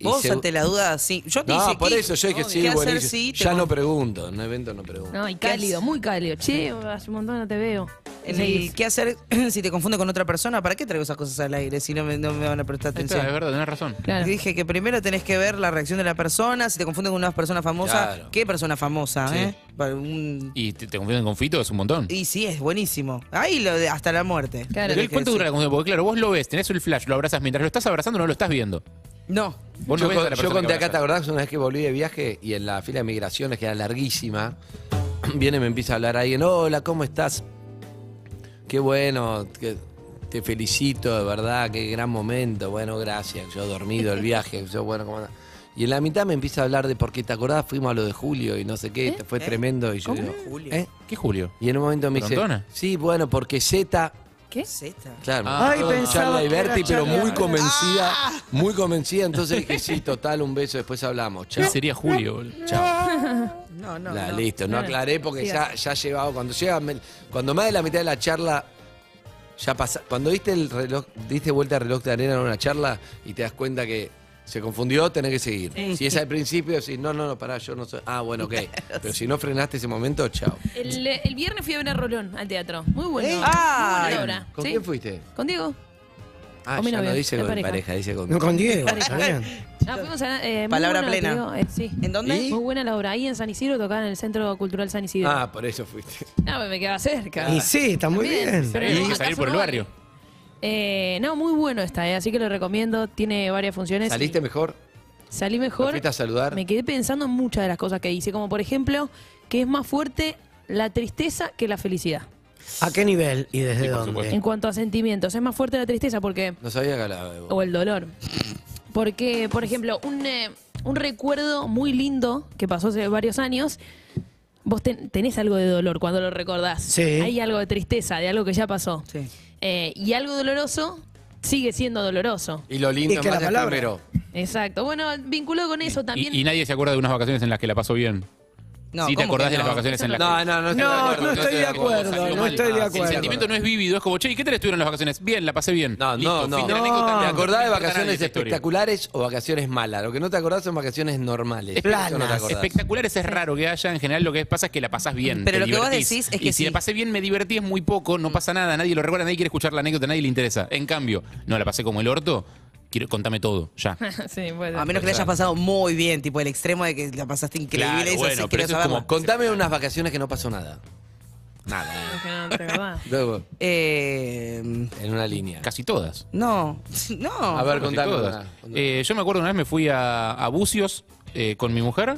Speaker 11: Y
Speaker 14: Vos
Speaker 11: se-
Speaker 14: ante la duda, sí. Yo te
Speaker 11: no,
Speaker 14: dije,
Speaker 11: por
Speaker 14: ¿qué-
Speaker 11: eso yo dije
Speaker 14: no,
Speaker 11: sí,
Speaker 14: ¿qué hacer
Speaker 11: bueno, yo-
Speaker 14: si te
Speaker 11: ya
Speaker 14: con-
Speaker 11: no pregunto, en evento no pregunto.
Speaker 13: No, y cálido, muy cálido. Che, hace un montón no te veo.
Speaker 14: en el- ¿Qué hacer si te confunde con otra persona? ¿Para qué traigo esas cosas al aire si no me, no me van a prestar
Speaker 12: Ahí está,
Speaker 14: atención?
Speaker 12: es verdad, tenés razón.
Speaker 14: Dije que primero tenés que ver la reacción de la persona. Si te confunden con una persona famosa,
Speaker 12: Claro.
Speaker 14: ¿qué persona famosa?
Speaker 12: Sí.
Speaker 14: eh? Para un-
Speaker 12: Y te, te confunden con Fito, es un montón.
Speaker 14: Y sí, es buenísimo. Ahí lo de- hasta la muerte.
Speaker 12: Pero él, ¿Cuánto dura la confusión? Porque claro, vos lo ves, tenés el flash, lo abrazas. Mientras lo estás abrazando, no lo estás viendo.
Speaker 14: No.
Speaker 12: Vos no
Speaker 11: yo,
Speaker 12: ves
Speaker 11: con-
Speaker 12: a la
Speaker 11: yo
Speaker 12: persona
Speaker 11: conté
Speaker 12: que
Speaker 11: acá, ¿te acordás? Una vez que volví de viaje y en la fila de migraciones, que era larguísima, viene y me empieza a hablar alguien, hola, ¿cómo estás? Qué bueno, que- te felicito, de verdad, qué gran momento, bueno, gracias, yo he dormido el viaje, yo bueno, ¿cómo andás? Y en la mitad me empieza a hablar de por qué, ¿te acordás? Fuimos a lo de Julio y no sé qué, fue tremendo. Y yo digo, ¿eh?
Speaker 12: ¿Qué Julio?
Speaker 11: Y en un momento me
Speaker 12: ¿Frontona?
Speaker 11: dice, sí, bueno, porque Z
Speaker 13: ¿Qué?
Speaker 11: Claro,
Speaker 12: Ah. Ay,
Speaker 11: todo en
Speaker 12: pensaba
Speaker 11: charla y
Speaker 12: que era
Speaker 11: Berti, pero
Speaker 12: charla.
Speaker 11: muy convencida, muy convencida. Entonces dije, sí, total, un beso, después hablamos. Chao.
Speaker 12: Sería Julio, boludo.
Speaker 11: Chao.
Speaker 14: No, no.
Speaker 11: La- Listo, no
Speaker 14: Claro.
Speaker 11: aclaré porque
Speaker 14: Siga.
Speaker 11: ya, ya llevaba, cuando llega, me- cuando más de la mitad de la charla, ya pasa, cuando diste el reloj, diste vuelta al reloj de arena en una charla y te das cuenta que se confundió, tenés que seguir.
Speaker 12: Sí.
Speaker 11: Si es al principio, si no, no, no, pará, yo no soy. Ah, bueno, ok. Pero si no frenaste ese momento, chao.
Speaker 13: El, el viernes fui a ver a Rolón al teatro. Muy bueno. Muy
Speaker 11: Ah,
Speaker 13: buena obra.
Speaker 11: ¿Con
Speaker 13: ¿Sí?
Speaker 11: quién fuiste?
Speaker 13: Con Diego.
Speaker 11: Ah,
Speaker 13: Con mi
Speaker 11: ya no
Speaker 13: novio,
Speaker 11: dice
Speaker 13: la
Speaker 11: con pareja.
Speaker 13: pareja.
Speaker 11: dice con
Speaker 10: No, con Diego,
Speaker 13: Pareja.
Speaker 10: está
Speaker 13: Ah, fuimos a- eh, muy
Speaker 11: Palabra
Speaker 13: buena,
Speaker 11: plena.
Speaker 13: te digo, eh, sí. ¿En
Speaker 14: dónde? ¿Y?
Speaker 13: Muy buena la obra. Ahí en San Isidro tocaban en el Centro Cultural San Isidro.
Speaker 11: Ah, por eso fuiste.
Speaker 13: Ah, me quedaba cerca.
Speaker 10: Y sí, está muy bien.
Speaker 13: Pero
Speaker 12: Hay que
Speaker 13: no,
Speaker 12: salir
Speaker 13: acaso
Speaker 12: por el
Speaker 13: no
Speaker 12: barrio.
Speaker 13: Eh, no, muy bueno está, eh, así que lo recomiendo. Tiene varias funciones.
Speaker 11: ¿Saliste mejor?
Speaker 13: Salí
Speaker 11: ¿Lo
Speaker 13: mejor.
Speaker 11: fuiste a saludar?
Speaker 13: Me quedé pensando en muchas de las cosas que hice, como por ejemplo, que es más fuerte la tristeza que la felicidad.
Speaker 10: ¿A qué nivel y desde
Speaker 13: En
Speaker 10: dónde?
Speaker 13: cuanto a sentimientos, es más fuerte la tristeza porque
Speaker 11: No sabía que hablaba de vos.
Speaker 13: o el dolor. Porque, por ejemplo, un, eh, un recuerdo muy lindo que pasó hace varios años, vos ten- tenés algo de dolor cuando lo recordás.
Speaker 10: Sí.
Speaker 13: Hay algo de tristeza, de algo que ya pasó.
Speaker 14: Sí.
Speaker 13: Eh, y algo doloroso sigue siendo doloroso.
Speaker 11: Y lo lindo
Speaker 10: Es que la
Speaker 11: más es
Speaker 10: palabra-
Speaker 11: primero.
Speaker 13: Exacto. Bueno, vinculado con eso también.
Speaker 12: Y, y nadie se acuerda de unas vacaciones en las que la pasó bien.
Speaker 14: No,
Speaker 12: ¿Sí te
Speaker 14: ¿cómo
Speaker 12: acordás
Speaker 14: que
Speaker 12: de las
Speaker 14: no?
Speaker 12: vacaciones en las
Speaker 11: No,
Speaker 12: que
Speaker 11: no, no estoy de
Speaker 10: No,
Speaker 11: acuerdo.
Speaker 10: no estoy de acuerdo,
Speaker 12: Salió
Speaker 10: no
Speaker 12: mal.
Speaker 10: estoy de
Speaker 12: El
Speaker 10: acuerdo.
Speaker 12: sentimiento no es vívido, es como, che, ¿y qué tal estuvieron las vacaciones? Bien, la pasé bien.
Speaker 11: No, no,
Speaker 12: Listo,
Speaker 11: no.
Speaker 12: fin de la anécdota,
Speaker 11: ¿Te acordás de
Speaker 12: no importa nadie
Speaker 11: vacaciones
Speaker 12: esa historia.
Speaker 11: espectaculares o vacaciones malas? Lo que no te acordás son vacaciones normales. Eso no te acordás.
Speaker 12: Espectaculares es raro que haya, en general lo que pasa es que la pasás bien.
Speaker 14: Pero
Speaker 12: te
Speaker 14: lo que vos
Speaker 12: divertís.
Speaker 14: decís es
Speaker 12: Y
Speaker 14: que
Speaker 12: si
Speaker 14: sí.
Speaker 12: la pasé bien, me divertí, es muy poco, no pasa nada, nadie lo recuerda, nadie quiere escuchar la anécdota, nadie le interesa. En cambio, no, la pasé como el orto, quiero, contame todo, ya.
Speaker 13: sí, bueno.
Speaker 14: A menos que la hayas pasado muy bien, tipo el extremo de que la pasaste increíble.
Speaker 12: Claro,
Speaker 14: eso
Speaker 12: bueno,
Speaker 14: sí
Speaker 12: pero
Speaker 14: quiero
Speaker 12: eso es
Speaker 14: saberlo.
Speaker 12: como
Speaker 11: Contame unas vacaciones que no pasó nada. Nada.
Speaker 13: Es que no, de verdad.
Speaker 11: Luego,
Speaker 14: Eh,
Speaker 11: en una línea.
Speaker 12: Casi todas.
Speaker 14: no, no.
Speaker 11: A ver,
Speaker 12: Casi
Speaker 11: contame.
Speaker 12: todas.
Speaker 11: una.
Speaker 12: Eh, yo me acuerdo una vez me fui a, a Bucios eh, con mi mujer.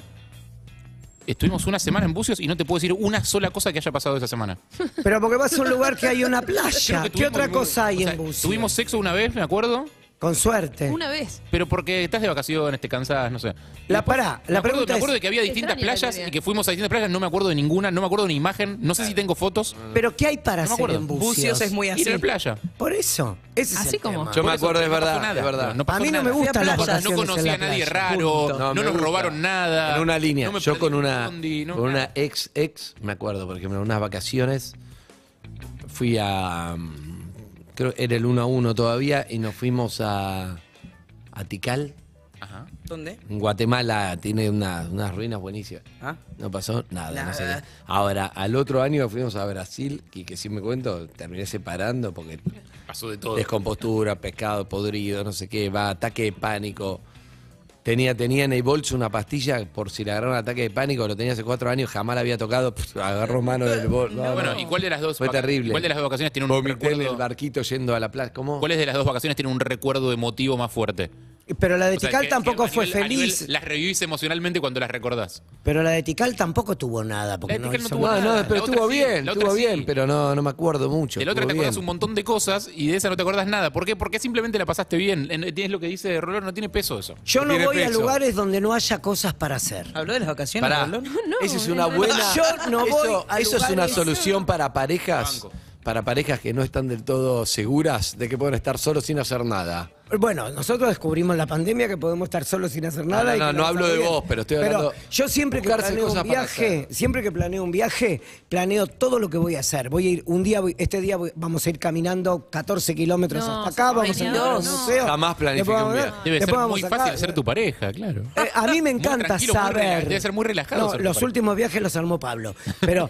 Speaker 12: Estuvimos una semana en Bucios y no te puedo decir una sola cosa que haya pasado esa semana.
Speaker 10: Pero porque vas a un lugar que hay una
Speaker 12: Creo
Speaker 10: playa. ¿Qué
Speaker 12: que tuvimos
Speaker 10: otra
Speaker 12: muy-
Speaker 10: cosa hay
Speaker 12: o sea,
Speaker 10: en Bucios?
Speaker 12: Tuvimos sexo una vez, me acuerdo,
Speaker 10: Con suerte.
Speaker 13: Una vez.
Speaker 12: pero porque estás de vacaciones, te cansás, no sé.
Speaker 10: La pará,
Speaker 12: me
Speaker 10: la
Speaker 12: acuerdo,
Speaker 10: pregunta
Speaker 12: me
Speaker 10: es,
Speaker 12: acuerdo de que había distintas
Speaker 13: Extraña la
Speaker 12: playas
Speaker 13: teoría.
Speaker 12: y que fuimos a distintas playas, no me acuerdo de ninguna, no me acuerdo de ni imagen, no sé si tengo fotos.
Speaker 10: ¿pero qué hay para
Speaker 12: No
Speaker 10: hacer
Speaker 12: me acuerdo.
Speaker 10: en Bucios?
Speaker 14: Bucios es muy así.
Speaker 12: Ir a la playa.
Speaker 10: Por eso. Ese es
Speaker 13: Así
Speaker 10: el
Speaker 13: como.
Speaker 10: tema.
Speaker 11: Yo me
Speaker 12: Por eso,
Speaker 11: acuerdo, es
Speaker 12: no pasó
Speaker 11: verdad,
Speaker 12: nada.
Speaker 11: es verdad.
Speaker 12: No pasó
Speaker 10: A mí no
Speaker 12: nada.
Speaker 10: me
Speaker 12: Fui a
Speaker 10: gustan las
Speaker 12: playa,
Speaker 10: vacaciones
Speaker 12: No
Speaker 10: en
Speaker 12: conocía
Speaker 10: la
Speaker 12: a nadie
Speaker 10: playa.
Speaker 12: raro,
Speaker 10: Punto.
Speaker 12: no,
Speaker 11: me
Speaker 12: nos
Speaker 11: gusta.
Speaker 12: robaron nada.
Speaker 11: En una línea.
Speaker 12: no me
Speaker 11: Yo con
Speaker 12: perdí
Speaker 11: una,
Speaker 12: un bondi, no,
Speaker 11: con una
Speaker 12: nada.
Speaker 11: ex ex, me acuerdo, por ejemplo, en unas vacaciones fui a. mm, Creo que era el 1 a 1 todavía y nos fuimos a. a Tikal.
Speaker 12: Ajá.
Speaker 14: ¿Dónde?
Speaker 11: En Guatemala tiene una- unas ruinas buenísimas.
Speaker 14: Ah.
Speaker 11: No pasó nada, no sé
Speaker 14: Nada.
Speaker 11: qué. Ahora, al otro año fuimos a Brasil y que si me cuento, terminé separando porque
Speaker 12: Pasó de todo.
Speaker 11: descompostura, pescado podrido, no sé qué, va, ataque de pánico. Tenía, tenía en el bolso una pastilla por si le agarraba un ataque de pánico, lo tenía hace cuatro años, jamás la había tocado, pf, agarró mano del bolso. No,
Speaker 12: Bueno,
Speaker 11: no.
Speaker 12: ¿y cuál de las dos?
Speaker 11: Fue
Speaker 12: vaca-
Speaker 11: terrible.
Speaker 12: ¿Cuál de las dos vacaciones tiene un
Speaker 11: Vomité en el
Speaker 12: recuerdo?
Speaker 11: barquito yendo a la plaza. ¿Cómo?
Speaker 12: ¿Cuáles de las dos vacaciones tiene un recuerdo emotivo más fuerte?
Speaker 10: Pero la de
Speaker 12: O sea,
Speaker 10: Tical
Speaker 12: que-
Speaker 10: tampoco
Speaker 12: que a
Speaker 10: fue
Speaker 12: nivel- a nivel
Speaker 10: feliz.
Speaker 12: las revivís emocionalmente cuando las recordás.
Speaker 10: Pero la de Tical tampoco tuvo nada. Porque
Speaker 12: La de Tikal no
Speaker 10: hizo
Speaker 12: tuvo
Speaker 10: nada.
Speaker 12: nada.
Speaker 11: No, pero
Speaker 12: La otra
Speaker 11: estuvo
Speaker 12: sí,
Speaker 11: bien,
Speaker 12: la otra
Speaker 11: estuvo
Speaker 12: sí.
Speaker 11: bien, pero no, no me acuerdo mucho.
Speaker 12: De la otra
Speaker 11: estuvo
Speaker 12: te acordás
Speaker 11: bien.
Speaker 12: un montón de cosas y de esa no te acordás nada. ¿Por qué? Porque simplemente la pasaste bien. En- Tienes lo que dice Rolón, no tiene peso eso.
Speaker 10: Yo no voy a lugares donde no haya cosas para hacer.
Speaker 14: ¿Habló de las vacaciones,
Speaker 11: Pará,
Speaker 14: Rolón?
Speaker 11: esa es una buena.
Speaker 10: Yo no
Speaker 11: eso,
Speaker 10: voy a
Speaker 11: eso es una
Speaker 10: lugares-
Speaker 11: solución para parejas, para parejas que no están del todo seguras de que pueden estar solos sin hacer nada.
Speaker 10: Bueno, nosotros descubrimos en la pandemia que podemos estar solos sin hacer
Speaker 11: No,
Speaker 10: nada.
Speaker 11: no,
Speaker 10: y que
Speaker 11: no,
Speaker 10: la
Speaker 11: no hablo de
Speaker 10: pasamos
Speaker 11: vos, pero estoy hablando-
Speaker 10: yo siempre que
Speaker 11: buscarse
Speaker 10: planeo
Speaker 11: cosas
Speaker 10: un
Speaker 11: para
Speaker 10: viaje,
Speaker 11: hacer.
Speaker 10: siempre que planeo un viaje, planeo todo lo que voy a hacer. Voy a ir un día, voy- este día voy- vamos a ir caminando 14 kilómetros
Speaker 13: No,
Speaker 10: hasta acá, vamos a ir
Speaker 13: soñador,
Speaker 10: a un
Speaker 13: no.
Speaker 10: museo.
Speaker 11: Jamás planifiqué
Speaker 10: Después
Speaker 11: un
Speaker 10: vamos a-
Speaker 11: viaje.
Speaker 12: Debe ser
Speaker 10: después vamos
Speaker 12: muy
Speaker 10: acá.
Speaker 12: fácil ser tu pareja, claro.
Speaker 10: Eh, a mí me encanta
Speaker 12: tranquilo, muy
Speaker 10: saber.
Speaker 12: rela- debe ser muy relajado
Speaker 10: No,
Speaker 12: ser tu
Speaker 10: los
Speaker 12: pareja.
Speaker 10: últimos viajes los armó Pablo. Pero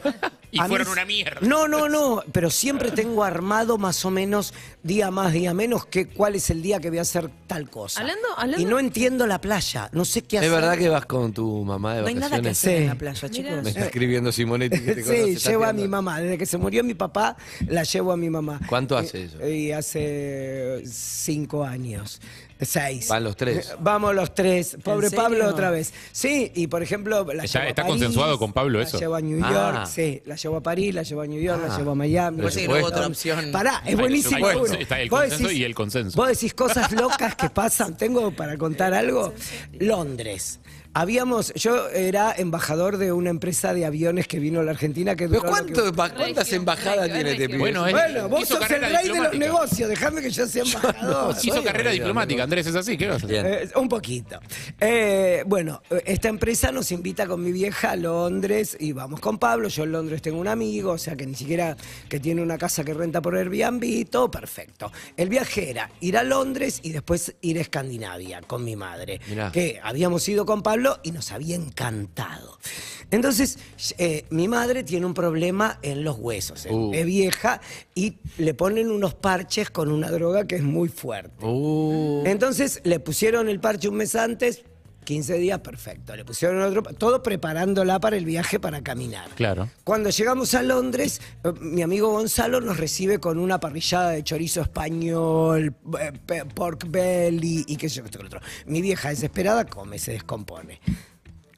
Speaker 12: Y
Speaker 10: a mí
Speaker 12: fueron
Speaker 10: s-
Speaker 12: una mierda.
Speaker 10: No, no, no. Pero siempre tengo armado más o menos día más, día menos, que cuál es el día que voy a hacer tal cosa.
Speaker 13: Hablando, hablando.
Speaker 10: Y no entiendo la playa. No sé qué
Speaker 11: Es
Speaker 10: hacer.
Speaker 11: verdad que vas con tu mamá de
Speaker 14: No hay
Speaker 11: vacaciones.
Speaker 14: nada que hacer en la playa,
Speaker 10: Mirá.
Speaker 14: chicos.
Speaker 11: Me está escribiendo Simonetti que te conoce,
Speaker 10: Eh, Sí,
Speaker 11: está
Speaker 10: llevo a
Speaker 11: tirando.
Speaker 10: mi mamá. Desde que se murió mi papá, la llevo a mi mamá.
Speaker 11: ¿Cuánto hace eso?
Speaker 10: Y hace cinco años. Seis.
Speaker 11: Van los tres.
Speaker 10: Vamos los tres. Pobre
Speaker 14: serio?
Speaker 10: Pablo otra vez. Sí, y por ejemplo, la
Speaker 12: Está-
Speaker 10: llevo a
Speaker 12: está
Speaker 10: París,
Speaker 12: consensuado con Pablo
Speaker 10: la
Speaker 12: eso.
Speaker 10: llevo a New York,
Speaker 11: Ah.
Speaker 10: sí. La llevo a París, la llevo a New York, la
Speaker 11: Ah.
Speaker 10: llevo a Miami.
Speaker 11: Pero Parece que no hubo supuesto. otra
Speaker 14: opción.
Speaker 10: Pará,
Speaker 12: Hay-
Speaker 10: es buenísimo.
Speaker 12: hay consen-
Speaker 10: uno.
Speaker 12: Está el
Speaker 10: Vos
Speaker 12: consenso
Speaker 10: decís-
Speaker 12: y el consenso.
Speaker 10: Vos decís cosas locas que pasan. Tengo para contar algo. Londres. Habíamos, yo era embajador de una empresa de aviones que vino a la Argentina que
Speaker 11: ¿Pero
Speaker 10: duró lo que-
Speaker 11: cuánto- ¿Cuántas embajadas tiene este pibe?
Speaker 12: Bueno, es-
Speaker 10: Bueno, vos
Speaker 12: hizo
Speaker 10: sos el
Speaker 12: carrera
Speaker 10: rey de los
Speaker 12: diplomática.
Speaker 10: negocios, dejame que yo sea embajador.
Speaker 12: Hizo carrera diplomática, Andrés, es así, ¿qué vas a hacer?
Speaker 10: Eh, un poquito. Eh, bueno, eh, esta empresa nos invita con mi vieja a Londres y vamos con Pablo. Yo en Londres tengo un amigo, o sea que ni siquiera que tiene una casa que renta por Airbnb, todo perfecto. El viaje era ir a Londres y después ir a Escandinavia con mi madre,
Speaker 11: Mirá.
Speaker 10: que habíamos ido con Pablo y nos había encantado. Entonces, eh, mi madre tiene un problema en los huesos, es-
Speaker 11: Uh.
Speaker 10: es vieja y le ponen unos parches con una droga que es muy fuerte.
Speaker 11: Uh,
Speaker 10: Entonces le pusieron el parche un mes antes, 15 días, perfecto. Le pusieron otro, pa- todo preparándola para el viaje para caminar.
Speaker 12: Claro.
Speaker 10: Cuando llegamos a Londres, eh, mi amigo Gonzalo nos recibe con una parrillada de chorizo español, eh, pe- pork belly y qué sé yo, qué sé yo, qué otro. Mi vieja desesperada come, se descompone.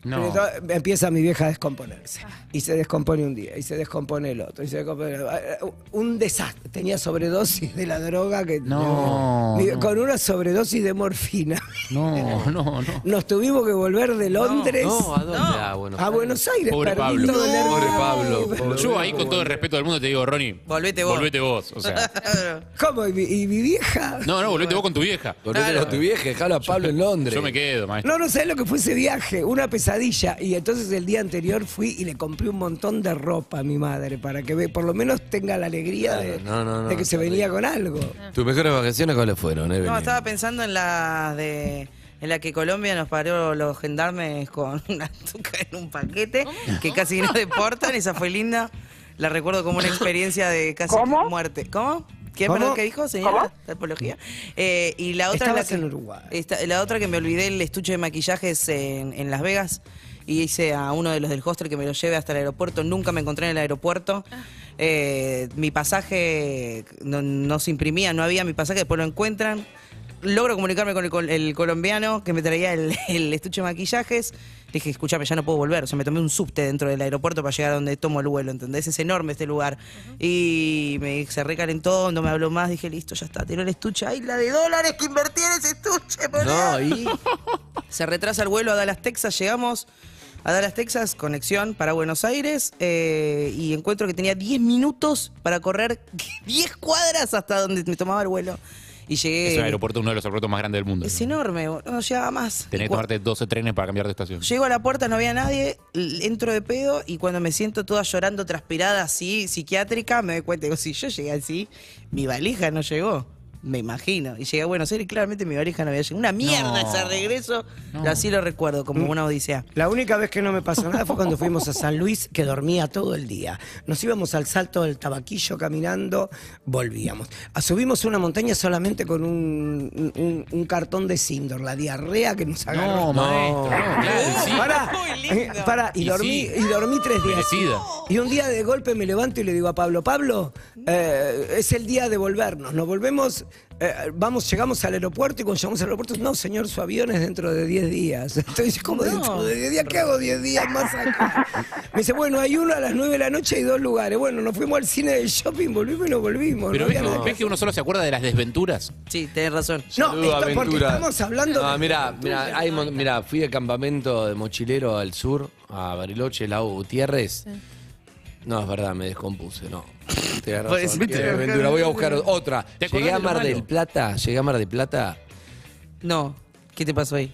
Speaker 12: No. Ah.
Speaker 10: Pero to- Empieza mi vieja a descomponerse. Y se descompone un día, y se descompone el otro, y se descompone el otro. Ah, Un desastre. Tenía sobredosis de la droga que.
Speaker 12: No,
Speaker 10: Mi-
Speaker 12: no.
Speaker 10: Con una sobredosis de morfina.
Speaker 12: No, no, no.
Speaker 10: Nos tuvimos que volver de Londres
Speaker 11: no, ¿a dónde? Ah, bueno.
Speaker 10: a Buenos Aires.
Speaker 12: Pobre
Speaker 10: perdí
Speaker 12: Pablo.
Speaker 10: todo el
Speaker 12: No.
Speaker 10: nervio.
Speaker 11: Pobre Pablo. pobre
Speaker 12: Yo ahí
Speaker 11: Pablo.
Speaker 12: con todo el respeto del mundo te digo, Ronnie,
Speaker 14: Volvete vos.
Speaker 12: volvete vos. O sea,
Speaker 10: ¿Cómo? ¿Y mi, y mi vieja?
Speaker 12: no, no, volvete vos con tu vieja.
Speaker 11: Volvete con tu vieja, dejalo a Pablo en Londres.
Speaker 12: Yo me quedo, maestro.
Speaker 10: No, no sabes lo que fue ese viaje, una pesadilla. Y entonces el día anterior fui y le compré un montón de ropa a mi madre para que ve- por lo menos tenga la alegría de,
Speaker 11: Claro, no, no, no,
Speaker 10: de que se venía con algo.
Speaker 11: ¿Tus mejores vacaciones cuáles fueron, Evelyn?
Speaker 14: No, estaba pensando en la de en la que Colombia nos paró los gendarmes con una azúcar en un paquete que casi nos deportan, esa fue linda. La recuerdo como una experiencia de casi muerte. ¿Cómo? ¿Qué
Speaker 10: ¿Cómo?
Speaker 14: perdón, qué dijo, señora? Tapología. Eh, y la otra
Speaker 10: Estabas
Speaker 14: la
Speaker 10: en Uruguay.
Speaker 14: esta- la otra que me olvidé el estuche de maquillajes en, en Las Vegas y hice a uno de los del hostel que me lo lleve hasta el aeropuerto. Nunca me encontré en el aeropuerto.
Speaker 10: Ah.
Speaker 14: Eh, mi pasaje no, no se imprimía, no había mi pasaje, después lo encuentran. Logro comunicarme con el, col- el colombiano que me traía el, el estuche de maquillajes. Le dije, escúchame, ya no puedo volver. O sea, me tomé un subte dentro del aeropuerto para llegar a donde tomo el vuelo, ¿entendés? Es enorme este lugar. Y me, se recalentó, no me habló más. Dije, listo, ya está, tiró el estuche. ¡Ay, la de dólares que invertí en ese estuche! boludo!
Speaker 11: No, y.
Speaker 14: Se retrasa el vuelo a Dallas, Texas. Llegamos a Dallas, Texas, conexión para Buenos Aires. eh, y encuentro que tenía 10 minutos para correr 10 cuadras hasta donde me tomaba el vuelo. Y llegué.
Speaker 12: Es un aeropuerto, uno de los aeropuertos más grandes del mundo.
Speaker 14: Es enorme, boludo, no llegaba más.
Speaker 12: Tenés que
Speaker 14: Cu-
Speaker 12: tomarte 12 trenes para cambiar de estación.
Speaker 14: Llego a la puerta, no había nadie, l- entro de pedo y cuando me siento toda llorando, transpirada, así, psiquiátrica, me doy cuenta, digo, si yo llegué así, mi valija no llegó, me imagino. Y llegué a Buenos Aires y claramente mi valija no había llegado. Una mierda
Speaker 12: No.
Speaker 14: ese regreso,
Speaker 12: No.
Speaker 14: lo- así lo recuerdo, como una odisea.
Speaker 10: La única vez que no me pasó nada fue cuando fuimos a San Luis, que dormía todo el día. Nos íbamos al salto del tabaquillo caminando, volvíamos. Ah, Subimos una montaña solamente con un, un- un cartón de Sindor, la diarrea que nos agarró.
Speaker 12: No, maestro, no, claro, sí.
Speaker 10: Pará, eh, pará, y,
Speaker 12: Y
Speaker 10: dormí,
Speaker 12: sí.
Speaker 10: y dormí tres días.
Speaker 12: Merecida.
Speaker 10: Y un día de golpe me levanto y le digo a Pablo, Pablo, eh, es el día de volvernos. Nos volvemos eh, vamos, llegamos al aeropuerto y cuando llegamos al aeropuerto, no, señor, su avión es dentro de 10 días. Entonces, ¿cómo dentro de 10 días? ¿Qué hago 10 días más acá? Me dice, bueno, hay uno a las 9 de la noche y dos lugares. Bueno, nos fuimos al cine del shopping, volvimos y nos volvimos.
Speaker 12: Pero
Speaker 10: no
Speaker 12: ves,
Speaker 10: había
Speaker 12: que,
Speaker 10: nada.
Speaker 12: ves que uno solo se acuerda de las desventuras.
Speaker 14: Sí, tenés razón.
Speaker 10: No, esto porque estamos hablando
Speaker 11: Ah,
Speaker 10: de-
Speaker 11: mira, mira, hay mon- mira, fui de campamento de mochilero al sur, a Bariloche, Lago Gutiérrez. No, es verdad, me descompuse, no. Tenés razón,
Speaker 14: Pues, viste,
Speaker 11: qué
Speaker 14: acá-
Speaker 11: aventura. Voy a buscar otra.
Speaker 14: ¿Te acordás
Speaker 11: Llegué a
Speaker 14: de lo
Speaker 11: Mar del
Speaker 14: malo?
Speaker 11: Plata, llegué a Mar del Plata.
Speaker 14: No, ¿qué te pasó ahí?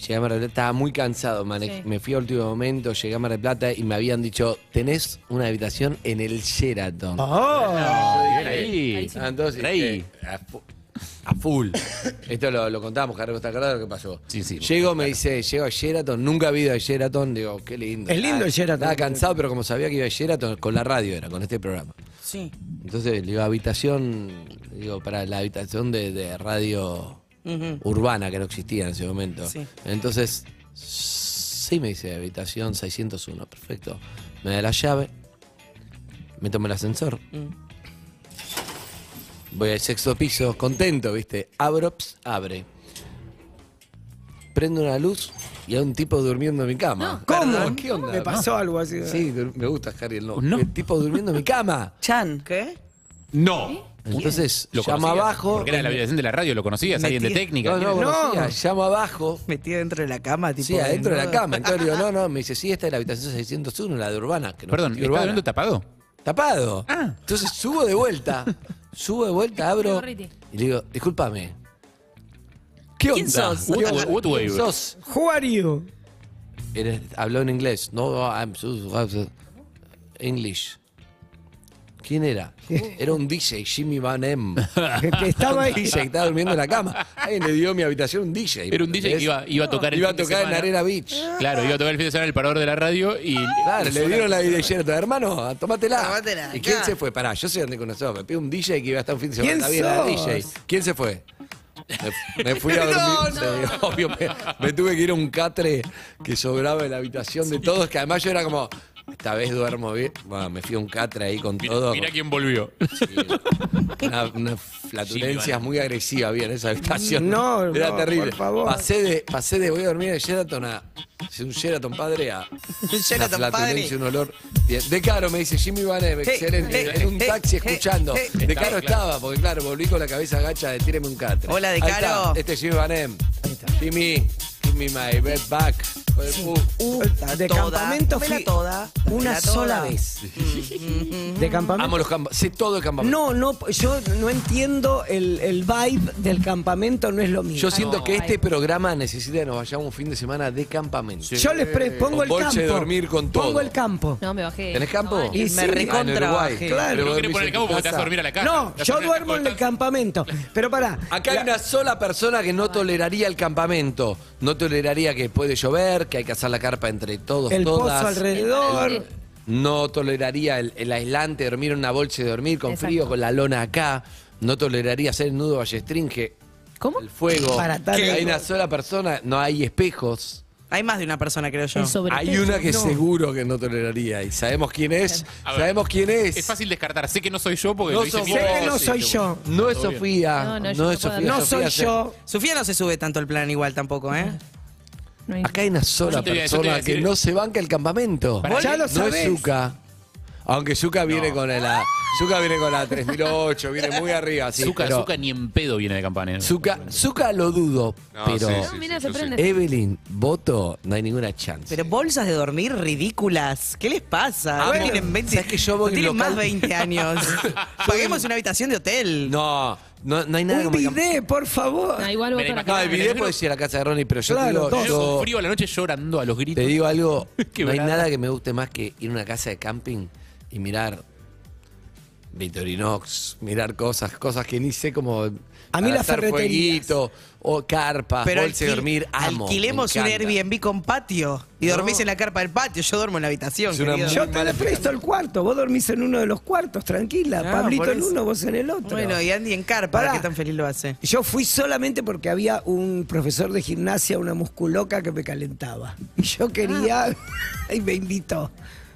Speaker 11: Llegué a Mar del Plata, estaba muy cansado, mane-
Speaker 14: Sí.
Speaker 11: me fui a último momento, llegué a Mar del Plata y me habían dicho, tenés una habitación en el Sheraton.
Speaker 12: Ah,
Speaker 11: Yo dije,
Speaker 12: ahí.
Speaker 11: "Ah, Entonces,
Speaker 12: Ahí.
Speaker 11: eh, a, fu- a full. Esto lo, lo contábamos, Carlos, ¿está acordado de lo que pasó?
Speaker 12: Ah, Sí, sí.
Speaker 11: Llego, me dice, llego a Sheraton, nunca había ido a Sheraton, digo, qué lindo.
Speaker 10: Es lindo el Sheraton.
Speaker 11: Estaba cansado, pero como sabía que iba a Sheraton, con la radio era, con este programa.
Speaker 14: Sí.
Speaker 11: Entonces, le digo, habitación, digo, para la habitación de, de radio
Speaker 14: Ujú.
Speaker 11: urbana que no existía en ese momento.
Speaker 14: Sí.
Speaker 11: Entonces, sí me dice habitación 601, perfecto. Me da la llave, me tomo el ascensor. Voy al sexto piso, contento, ¿viste? Abro, ps, abre. Prendo una luz y hay un tipo durmiendo en mi cama.
Speaker 10: ¿Cómo?
Speaker 11: Perdón, ¿Qué onda?
Speaker 10: Me pasó algo así.
Speaker 11: Sí, dur- me gusta Harry el nombre. El tipo durmiendo en mi cama.
Speaker 14: Chan. ¿Qué?
Speaker 11: ¿Eh?
Speaker 12: No.
Speaker 11: Entonces,
Speaker 12: ¿Lo
Speaker 11: llama
Speaker 12: conocías?
Speaker 11: abajo.
Speaker 12: Porque era la habitación de la radio, lo conocías, alguien de
Speaker 11: Metí-
Speaker 12: técnica.
Speaker 11: No, no,
Speaker 12: ¿quién era?
Speaker 11: conocía, llamo abajo.
Speaker 14: Metido dentro de la cama, tipo.
Speaker 11: Sí, adentro de la
Speaker 14: ¿no?
Speaker 11: cama. Entonces le digo, no, no, me dice, sí, esta es la habitación 601, la de Urbana. Que no
Speaker 12: Perdón,
Speaker 11: existía
Speaker 12: ¿estaba
Speaker 11: Urbana.
Speaker 12: hablando tapado?
Speaker 11: Tapado. Entonces subo de vuelta, subo de vuelta, abro y le digo, discúlpame. ¿Qué onda?
Speaker 10: ¿Quién sos?
Speaker 11: ¿Qué
Speaker 10: What-
Speaker 11: onda?
Speaker 10: what
Speaker 11: ¿Quién
Speaker 10: were you?
Speaker 11: sos?
Speaker 10: Who are you?
Speaker 11: Era- habló en inglés. No, no, I'm so- so- so- English. ¿Quién era? Era un DJ, Jimmy Van M.
Speaker 10: Que- que estaba ahí.
Speaker 11: Un DJ, que estaba durmiendo en la cama. Alguien le dio mi habitación un DJ.
Speaker 12: Era un DJ que iba, iba a tocar el
Speaker 11: Iba a
Speaker 12: fin de
Speaker 11: tocar en
Speaker 12: semana.
Speaker 11: Arena Beach.
Speaker 12: Claro, iba a tocar el fin de semana el parador de la radio y.
Speaker 11: Claro,
Speaker 12: y
Speaker 11: le
Speaker 12: suena-
Speaker 11: dieron la vida llena. Hermano, tómatela.
Speaker 14: Tómatela,
Speaker 11: ¿Y quién
Speaker 14: ya.
Speaker 11: se fue? Pará, yo soy donde conoció. Me pidió un DJ que iba a estar un fin de semana.
Speaker 10: ¿Quién
Speaker 11: Está bien, era
Speaker 10: sos?
Speaker 11: DJ. ¿Quién se fue? Me, me fui a dormir. Sí, obvio, me, me tuve que ir a un catre que sobraba en la habitación de todos. Que además yo era como, esta vez duermo bien. Bueno, me fui a un catre ahí con todo.
Speaker 12: Mirá quién volvió.
Speaker 11: Una, una flatulencia
Speaker 12: Sí,
Speaker 11: muy agresiva había en esa habitación.
Speaker 10: No,
Speaker 11: Era
Speaker 10: no,
Speaker 11: terrible.
Speaker 10: por favor.
Speaker 11: Pasé de, pasé de voy a dormir en Sheraton a. Es un Sheraton padre a. una
Speaker 14: Sheraton
Speaker 11: flatulencia,
Speaker 14: padre.
Speaker 11: un olor. Bien. De caro me dice Jimmy Van Em,
Speaker 14: Hey,
Speaker 11: excelente.
Speaker 14: hey,
Speaker 11: en un
Speaker 14: hey,
Speaker 11: taxi
Speaker 14: hey,
Speaker 11: escuchando.
Speaker 14: hey.
Speaker 11: De
Speaker 14: Estaba,
Speaker 11: caro
Speaker 14: claro.
Speaker 11: estaba, porque claro, volví con la cabeza gacha de tíreme un catre.
Speaker 14: Hola, De
Speaker 11: Ahí está,
Speaker 14: Caro.
Speaker 11: Este es Jimmy Van Em. Jimmy, give me my bed back. Joder, uh, uh,
Speaker 10: De
Speaker 14: Toda,
Speaker 10: campamento
Speaker 14: dámela
Speaker 10: fui
Speaker 14: toda,
Speaker 10: una
Speaker 14: dámela toda. Mm.
Speaker 10: sola vez. De campamento.
Speaker 11: Amo los campos. Sé todo el campamento.
Speaker 10: No, no, yo no entiendo el, el vibe del campamento, no es lo mío.
Speaker 11: Yo siento que este programa necesita que nos vayamos un fin de semana de campamento.
Speaker 10: Yo les propongo
Speaker 11: Con
Speaker 10: el
Speaker 11: bolche
Speaker 10: campo.
Speaker 11: de dormir con todo.
Speaker 10: Pongo el campo.
Speaker 13: No, me bajé.
Speaker 11: ¿Tenés campo?
Speaker 13: No, vale.
Speaker 10: Y
Speaker 11: Me
Speaker 10: sí.
Speaker 11: recontra
Speaker 10: Ah, en Uruguay,
Speaker 11: bajé.
Speaker 10: claro.
Speaker 11: Pero
Speaker 12: No querés
Speaker 11: dormís
Speaker 12: poner el
Speaker 11: en
Speaker 12: campo
Speaker 11: tu
Speaker 12: porque te vas a
Speaker 11: casa.
Speaker 12: dormir a la cara.
Speaker 10: No,
Speaker 12: Te vas a
Speaker 10: yo
Speaker 12: dormir a la
Speaker 10: duermo en
Speaker 12: costa.
Speaker 10: el campamento. Pero pará.
Speaker 11: Acá
Speaker 10: la-
Speaker 11: hay una sola persona que no toleraría el campamento. No toleraría que puede llover, que hay que hacer la carpa entre todos,
Speaker 10: El pozo
Speaker 11: todas.
Speaker 10: alrededor.
Speaker 11: El- no toleraría el, el aislante, dormir en una bolsa de dormir con
Speaker 13: Exacto.
Speaker 11: frío, con la lona acá. No toleraría hacer el nudo ballestringe.
Speaker 13: ¿Cómo?
Speaker 11: El fuego.
Speaker 10: Para tal-
Speaker 11: hay una sola persona, no hay espejos.
Speaker 14: Hay más de una persona, creo yo.
Speaker 13: El sobre-
Speaker 11: Hay
Speaker 13: techo,
Speaker 11: una que
Speaker 13: no.
Speaker 11: seguro que no toleraría y sabemos quién es.
Speaker 12: A ver.
Speaker 11: Sabemos quién
Speaker 12: Es
Speaker 11: es.
Speaker 12: fácil descartar. Sé que no soy yo porque
Speaker 11: No
Speaker 12: lo hice
Speaker 11: sos
Speaker 12: mil
Speaker 11: vos.
Speaker 10: Sé que no
Speaker 12: veces.
Speaker 10: soy yo.
Speaker 11: No es
Speaker 12: Todo bien.
Speaker 14: ah,
Speaker 13: No,
Speaker 11: Sofía.
Speaker 13: no, yo
Speaker 11: No,
Speaker 13: no
Speaker 11: es
Speaker 13: puedo
Speaker 11: Sofía.
Speaker 13: hablar.
Speaker 10: No soy
Speaker 11: Sofía se-
Speaker 10: yo.
Speaker 14: Sofía no se sube tanto al plan igual tampoco, ¿eh?
Speaker 13: Ah, No hay-
Speaker 11: Acá hay una sola
Speaker 12: Yo te voy a- yo te voy a
Speaker 11: persona
Speaker 12: decir-
Speaker 11: que no se banca el campamento.
Speaker 12: Para
Speaker 10: Ya
Speaker 12: mí-
Speaker 10: lo
Speaker 11: No es
Speaker 10: sabés.
Speaker 11: Zuka. Aunque Zuka viene con la. Zuka viene con la 3008, viene muy arriba. Sí,
Speaker 12: Zuka,
Speaker 11: pero
Speaker 12: Zuka ni en pedo viene de campana. ¿eh?
Speaker 11: Zuka, Zuka lo dudo,
Speaker 5: No,
Speaker 11: pero.
Speaker 5: sí,
Speaker 13: No, mira,
Speaker 5: sí,
Speaker 13: se
Speaker 5: sí,
Speaker 13: prende.
Speaker 11: Evelyn, voto, no hay ninguna chance.
Speaker 14: Pero bolsas de dormir ridículas. ¿Qué les pasa?
Speaker 11: Amo.
Speaker 14: No tienen 20,
Speaker 11: Ah, ¿Sabes que yo voy
Speaker 14: no tienen
Speaker 11: local?
Speaker 14: más 20 años. Ah, Paguemos una habitación de hotel.
Speaker 11: no, no, no hay nada
Speaker 10: Un
Speaker 11: como el camp-
Speaker 10: bidet, por favor.
Speaker 13: No, igual voy
Speaker 12: Mira,
Speaker 13: para
Speaker 12: imagínate,
Speaker 11: No,
Speaker 13: acá.
Speaker 11: el video puede ser la casa de Ronnie, pero yo
Speaker 10: Claro,
Speaker 11: te digo.
Speaker 10: todo.
Speaker 12: Yo con
Speaker 11: yo-
Speaker 12: frío a la noche llorando a los gritos.
Speaker 11: Te digo algo, no hay
Speaker 12: Quebrada.
Speaker 11: nada que me guste más que ir a una casa de camping y mirar Victorinox, mirar cosas, cosas que ni sé cómo.
Speaker 10: A mí las
Speaker 11: hacer
Speaker 10: ferreterías.
Speaker 11: fueguito, o carpa,
Speaker 14: Pero
Speaker 11: Ah, bolsa de
Speaker 14: alquil-
Speaker 11: dormir, amo. me
Speaker 14: alquilemos un
Speaker 11: encanta.
Speaker 14: Airbnb con patio y
Speaker 11: No.
Speaker 14: dormís en la carpa del patio. Yo duermo en la habitación.
Speaker 11: Es una
Speaker 14: querido.
Speaker 10: Yo te le presto el cuarto. Vos dormís en uno de los cuartos, tranquila.
Speaker 11: Ah,
Speaker 14: No,
Speaker 10: Pablito
Speaker 14: Ah, por
Speaker 10: en
Speaker 14: eso.
Speaker 10: uno, vos en el otro.
Speaker 14: Bueno, y Andy en carpa,
Speaker 10: Pará.
Speaker 14: ¿qué tan feliz lo hace?
Speaker 10: Yo fui solamente porque había un profesor de
Speaker 11: Ah.
Speaker 10: gimnasia, una musculoca que me calentaba. Y yo quería y me invitó.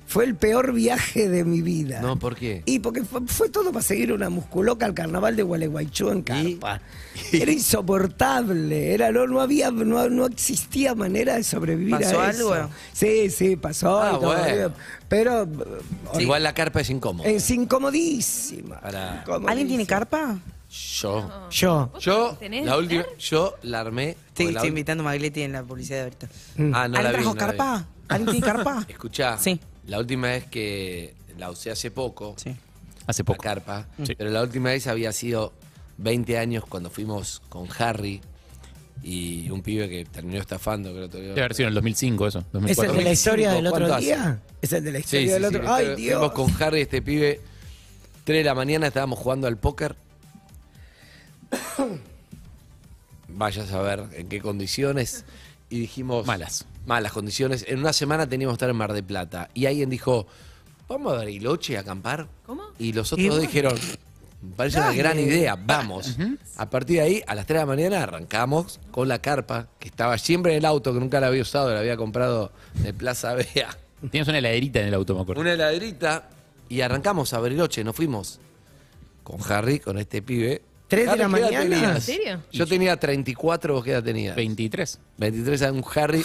Speaker 10: Fue el peor viaje de mi vida.
Speaker 11: No, ¿por qué?
Speaker 10: Y porque fue, fue todo para seguir una musculoca al carnaval de Gualeguaychú en Carpa. Era insoportable, era no, no había, no, no existía manera de sobrevivir
Speaker 11: ¿Pasó
Speaker 10: a eso.
Speaker 11: algo?
Speaker 10: Sí, sí, pasó.
Speaker 11: Ah,
Speaker 10: y todo,
Speaker 11: bueno.
Speaker 10: Pero eh,
Speaker 11: Igual la carpa es incómoda.
Speaker 10: es incomodísima.
Speaker 11: Para
Speaker 14: ¿Alguien tiene carpa?
Speaker 11: yo.
Speaker 10: Yo.
Speaker 11: Yo
Speaker 14: tenés,
Speaker 11: la última, yo la armé.
Speaker 14: Sí,
Speaker 11: fue la
Speaker 14: estoy
Speaker 11: ul-
Speaker 14: invitando a Maglietti en la publicidad ahorita.
Speaker 11: Ah, no la
Speaker 14: ¿Alguien
Speaker 11: vi,
Speaker 14: trajo
Speaker 11: no la vi.
Speaker 14: carpa? ¿Alguien tiene carpa?
Speaker 11: Escuchá, la última vez que la usé hace poco,
Speaker 12: hace
Speaker 11: poco. La carpa,
Speaker 12: Sí.
Speaker 11: pero la última vez había sido 20 años cuando fuimos con Harry y un pibe que terminó estafando, creo
Speaker 12: Debe haber sido en el 2005 eso.
Speaker 10: ¿Es el de la historia del otro
Speaker 11: 2005,
Speaker 10: día?
Speaker 11: ¿cuánto
Speaker 10: ¿Es el de la
Speaker 11: Sí,
Speaker 10: historia
Speaker 11: sí,
Speaker 10: del
Speaker 11: sí,
Speaker 10: otro
Speaker 11: que
Speaker 10: Ay,
Speaker 11: fuimos
Speaker 10: Dios.
Speaker 11: con Harry, este pibe, 3 de la mañana estábamos jugando al póker. Vaya a saber en qué condiciones. Y dijimos... Malas. Malas condiciones. En una semana teníamos que estar en Mar de Plata. Y alguien dijo, vamos a Bariloche a acampar. ¿Cómo? Y los otros
Speaker 12: Y
Speaker 11: dos
Speaker 12: bueno.
Speaker 11: dijeron, me parece una
Speaker 12: Dale.
Speaker 11: gran idea, vamos. A partir de ahí, a las 3 de la mañana arrancamos con la carpa, que estaba siempre en el auto, que nunca la había usado, la había comprado de Plaza Vea
Speaker 12: Tienes una heladerita en el auto, me acuerdo.
Speaker 11: una heladerita y arrancamos a Bariloche, nos fuimos con Harry, con este pibe.
Speaker 10: ¿Tres de
Speaker 11: Harry,
Speaker 10: la
Speaker 11: ¿qué edad
Speaker 10: mañana?
Speaker 11: tenías?
Speaker 10: ¿En serio?
Speaker 11: Yo tenía 34, ¿vos qué edad tenías?
Speaker 12: 23.
Speaker 11: 23 a un Harry.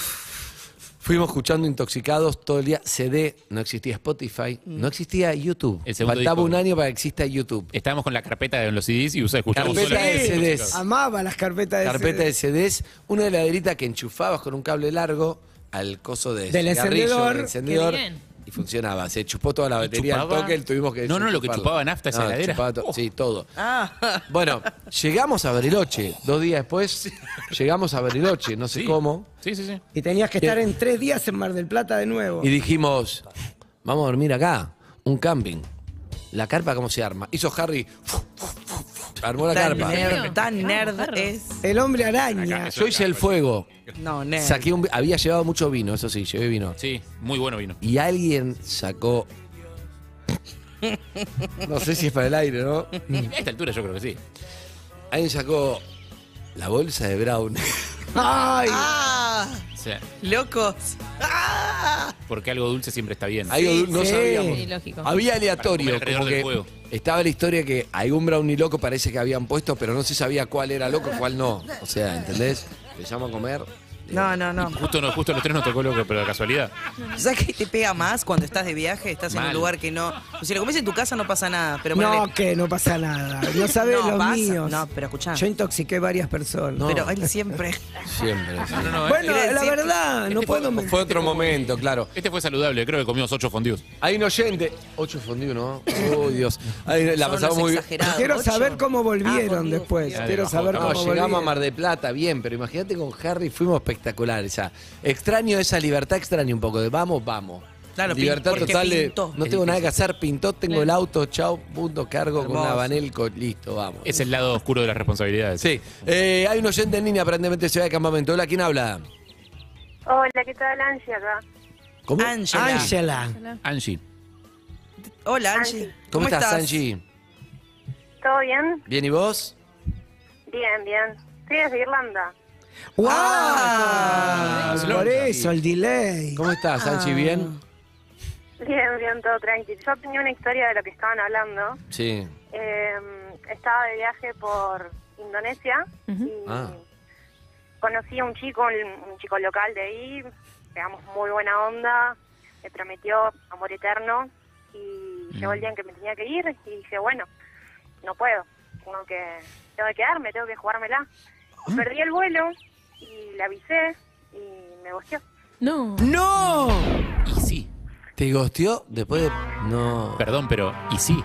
Speaker 11: Fuimos escuchando intoxicados todo el día. CD, no existía Spotify,
Speaker 10: Mm.
Speaker 11: no existía YouTube.
Speaker 12: El segundo
Speaker 11: Faltaba
Speaker 12: disco.
Speaker 11: un año para que exista YouTube.
Speaker 12: Estábamos con la carpeta de los CDs y usé, escuchamos
Speaker 11: Carpeta de
Speaker 12: solamente
Speaker 11: CDs.
Speaker 12: música.
Speaker 10: Amaba las carpetas de
Speaker 11: Carpeta
Speaker 10: CD.
Speaker 11: de CDs, una heladerita que enchufabas con un cable largo al coso de
Speaker 10: Del
Speaker 11: cigarrillo,
Speaker 10: encendedor.
Speaker 11: del encendedor,
Speaker 10: Qué bien.
Speaker 11: y funcionaba. Se chupó toda la
Speaker 12: ¿Y
Speaker 11: batería al
Speaker 12: chupaba?
Speaker 11: toque, tuvimos que
Speaker 12: No, no, lo que
Speaker 11: desenchufarlo.
Speaker 12: chupaba nafta esa heladera. Oh.
Speaker 11: chupaba to- Sí, todo. Bueno, llegamos a Bariloche. Dos días después, llegamos a Bariloche, no sé cómo.
Speaker 12: Sí, sí, sí.
Speaker 10: Y tenías que estar en tres días en Mar del Plata de nuevo.
Speaker 11: Y dijimos, vamos a dormir acá, un camping. ¿La carpa cómo se arma? Hizo Harry, armó la
Speaker 14: Tan
Speaker 11: carpa.
Speaker 14: nerd, tan nerd es.
Speaker 10: El hombre araña.
Speaker 11: Yo hice el fuego.
Speaker 14: No, nerd.
Speaker 11: Saqué un vi- había llevado mucho vino, eso sí, llevé vino.
Speaker 12: Sí, muy bueno vino.
Speaker 11: Y alguien sacó, no sé si es para el aire, ¿no?
Speaker 12: A esta altura yo creo que sí.
Speaker 11: Alguien sacó la bolsa de Brown.
Speaker 10: ¡Ay!
Speaker 14: Ah,
Speaker 12: O sea,
Speaker 14: ¡Locos!
Speaker 12: porque algo dulce siempre está bien.
Speaker 11: Algo Sí, dul- no sí. sabíamos. Sí,
Speaker 13: lógico.
Speaker 11: Había
Speaker 12: Para comer
Speaker 11: aleatorio,
Speaker 12: alrededor
Speaker 11: como
Speaker 12: del
Speaker 11: que
Speaker 12: fuego.
Speaker 11: estaba la historia que algún brownie loco parece que habían puesto, pero no se sabía cuál era loco, cuál no. O sea, ¿entendés? Empezamos a comer.
Speaker 14: No, no, no.
Speaker 12: Justo, no, justo a los tres nos tocó loco, pero de casualidad.
Speaker 14: ¿Sabes qué te pega más cuando estás de viaje? Estás en
Speaker 12: Mal.
Speaker 14: un lugar que no. Si lo comes en tu casa no pasa nada, pero
Speaker 10: no,
Speaker 14: ponele-
Speaker 10: que no pasa nada. No sabes
Speaker 14: No,
Speaker 10: los
Speaker 14: pasa.
Speaker 10: míos.
Speaker 14: No, pero escuchá.
Speaker 10: Yo intoxiqué varias personas.
Speaker 14: Pero él siempre.
Speaker 11: Siempre. sí.
Speaker 12: eh.
Speaker 10: bueno,
Speaker 14: Quiere
Speaker 10: la
Speaker 14: decir-
Speaker 10: verdad, no puedo. me-
Speaker 11: Fue otro momento, claro.
Speaker 12: Este fue saludable, creo que comimos ocho fondues.
Speaker 11: Hay un oyente. Ocho fondidos, ¿no? Oh, Dios. Ahí la
Speaker 14: Son
Speaker 11: pasamos
Speaker 14: los
Speaker 11: muy bien.
Speaker 14: exagerados.
Speaker 10: Quiero
Speaker 14: Ocho.
Speaker 10: saber cómo volvieron
Speaker 14: Ah,
Speaker 10: después.
Speaker 11: Dale,
Speaker 10: Quiero
Speaker 11: bajó,
Speaker 10: saber
Speaker 11: no,
Speaker 10: cómo
Speaker 11: llegamos a
Speaker 10: volvieron.
Speaker 11: Mar de Plata, bien, pero imagínate con Harry fuimos espectaculares. ya. Extraño esa libertad, extraño un poco de vamos, vamos.
Speaker 14: Claro, pin-
Speaker 11: libertad
Speaker 14: porque
Speaker 11: total de
Speaker 14: pintó.
Speaker 11: no
Speaker 14: Es
Speaker 11: tengo nada que hacer, pintó, tengo el auto, chao, punto, cargo con
Speaker 14: Hermoso.
Speaker 11: la banelco, listo, vamos.
Speaker 12: Es el lado oscuro de las responsabilidades.
Speaker 11: Sí. Eh, hay un oyente en línea, aparentemente se va de campamento. Hola, ¿quién habla?
Speaker 16: Hola, ¿qué tal, Angie acá?
Speaker 11: ¿Cómo?
Speaker 14: Ángela.
Speaker 12: Angie.
Speaker 14: Hola, Angie.
Speaker 11: ¿Cómo, estás, Angie?
Speaker 16: ¿Todo bien?
Speaker 11: ¿Bien y vos?
Speaker 16: Bien, bien. Estoy desde Irlanda.
Speaker 10: ¡Wow!
Speaker 11: Barcelona.
Speaker 10: por eso, el delay.
Speaker 11: ¿Cómo estás, Angie? ¿Bien?
Speaker 16: Bien, bien, todo tranquilo. Yo tenía una historia de lo que estaban hablando.
Speaker 11: Sí.
Speaker 16: Eh, estaba de viaje por Indonesia y
Speaker 11: Ah.
Speaker 16: conocí a un chico, un, un chico local de ahí. Pegamos muy buena onda. Me prometió amor eterno. Y llegó el día en que me tenía que ir y dije, bueno, no puedo. Tengo que, tengo que quedarme, tengo que jugármela. Perdí el vuelo y le avisé y me bosteó.
Speaker 13: No.
Speaker 10: ¡No!
Speaker 12: Y sí.
Speaker 11: ¿Te gosteó después de.? No.
Speaker 12: Perdón, pero y sí.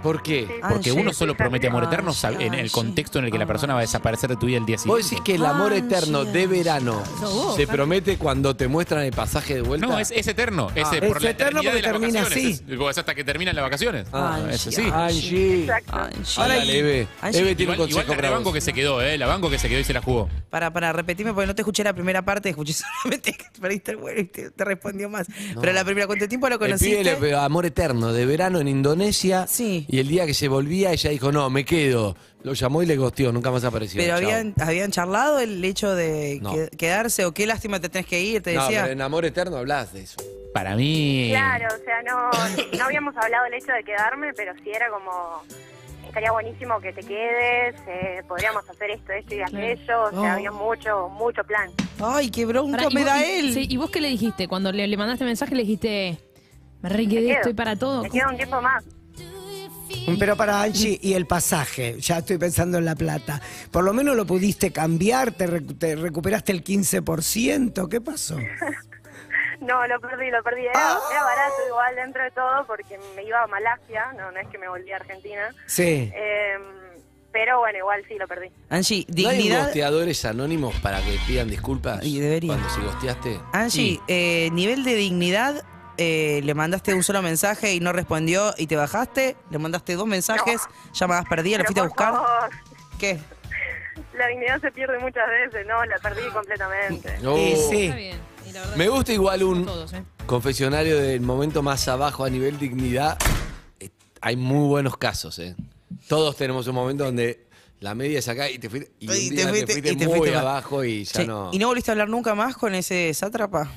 Speaker 11: ¿Por qué?
Speaker 12: Porque
Speaker 11: Angie,
Speaker 12: uno solo promete amor eterno
Speaker 11: Angie,
Speaker 12: sab- en el contexto en el que la persona va a desaparecer de tu vida el día
Speaker 11: Vos
Speaker 12: siguiente.
Speaker 11: decís que el amor eterno de verano
Speaker 12: Sos vos,
Speaker 11: se
Speaker 12: Santi.
Speaker 11: promete cuando te muestran el pasaje de vuelta.
Speaker 12: No, es, es eterno. Es,
Speaker 11: Ah.
Speaker 12: eh,
Speaker 11: Es
Speaker 12: por la
Speaker 11: eterno
Speaker 12: eternidad
Speaker 11: porque
Speaker 12: de las
Speaker 11: termina
Speaker 12: vacaciones. Es- es hasta que terminan las vacaciones.
Speaker 11: Ah,
Speaker 12: Ah, ese sí.
Speaker 11: Angie.
Speaker 12: Ahora
Speaker 11: Ahora
Speaker 12: ahí-
Speaker 11: Eve.
Speaker 12: Angie,
Speaker 11: Eve tiene
Speaker 12: igual-
Speaker 11: un
Speaker 12: igual
Speaker 11: consejo
Speaker 12: la
Speaker 11: para
Speaker 12: banco
Speaker 11: vos.
Speaker 12: que se quedó, eh, la banco que se quedó y se la jugó.
Speaker 14: Para, para, repetirme porque no te escuché la primera parte, escuché solamente que perdiste el vuelo y te, te respondió más. Pero la primera, ¿cuánto tiempo lo
Speaker 11: El pibe
Speaker 14: conociste?
Speaker 11: le- amor eterno de verano en Indonesia.
Speaker 14: Sí.
Speaker 11: Y el día que se volvía, ella dijo, no, me quedo. Lo llamó y le gosteó, nunca más apareció.
Speaker 14: Pero
Speaker 11: Chao.
Speaker 14: habían, habían charlado el hecho de
Speaker 11: No.
Speaker 14: que- quedarse o qué lástima te tenés que ir, te
Speaker 11: No,
Speaker 14: decía.
Speaker 11: pero en Amor Eterno hablas de eso.
Speaker 12: Para mí.
Speaker 16: Claro, o sea, no, no habíamos hablado el hecho de quedarme, pero sí era como, estaría buenísimo que te quedes, eh, podríamos hacer esto, esto y aquello, o sea,
Speaker 14: Oh.
Speaker 16: había mucho, mucho plan.
Speaker 14: Ay, qué bronca
Speaker 13: Pará, y
Speaker 14: me
Speaker 13: vos-
Speaker 14: da
Speaker 13: y-
Speaker 14: él.
Speaker 13: sí, ¿Y vos qué le dijiste? Cuando le, le mandaste mensaje le dijiste, me re quedé, estoy para todo.
Speaker 16: Me queda un tiempo más.
Speaker 10: Pero para Angie, y el pasaje, ya estoy pensando en la plata. Por lo menos lo pudiste cambiar, te, recu- te recuperaste el 15%. ¿Qué pasó?
Speaker 16: No, lo perdí, lo perdí.
Speaker 14: Ah.
Speaker 16: Era, era barato igual dentro de todo porque me iba a Malasia, no, no es que me volví a Argentina.
Speaker 11: Sí.
Speaker 16: Eh, pero bueno, igual sí, lo perdí.
Speaker 14: Angie,
Speaker 11: ¿No hay
Speaker 14: dignidad-
Speaker 11: gosteadores anónimos para que pidan disculpas? Y
Speaker 14: debería.
Speaker 11: Cuando se gosteaste.
Speaker 14: Angie,
Speaker 11: Y-
Speaker 14: eh, nivel de dignidad, eh, le mandaste un solo mensaje y no respondió y te bajaste, le mandaste dos mensajes, llamadas perdidas, la
Speaker 16: Pero
Speaker 14: fuiste a
Speaker 16: por
Speaker 14: buscar.
Speaker 16: favor,
Speaker 14: ¿Qué?
Speaker 16: la dignidad se pierde muchas veces, no, la
Speaker 14: Ah.
Speaker 16: perdí completamente.
Speaker 11: No. Y sí. Está
Speaker 13: bien.
Speaker 11: Me gusta igual un
Speaker 13: Todos, ¿eh?
Speaker 11: confesionario del momento más abajo a nivel dignidad. Eh, Hay muy buenos casos, ¿eh? Todos tenemos un momento donde la media es acá y te fuiste, y un
Speaker 14: Y te
Speaker 11: día te
Speaker 14: fuiste-
Speaker 11: fuiste
Speaker 14: y te
Speaker 11: muy
Speaker 14: fuiste más.
Speaker 11: abajo y ya
Speaker 14: Che,
Speaker 11: no.
Speaker 14: ¿Y no volviste a hablar nunca más con ese sátrapa?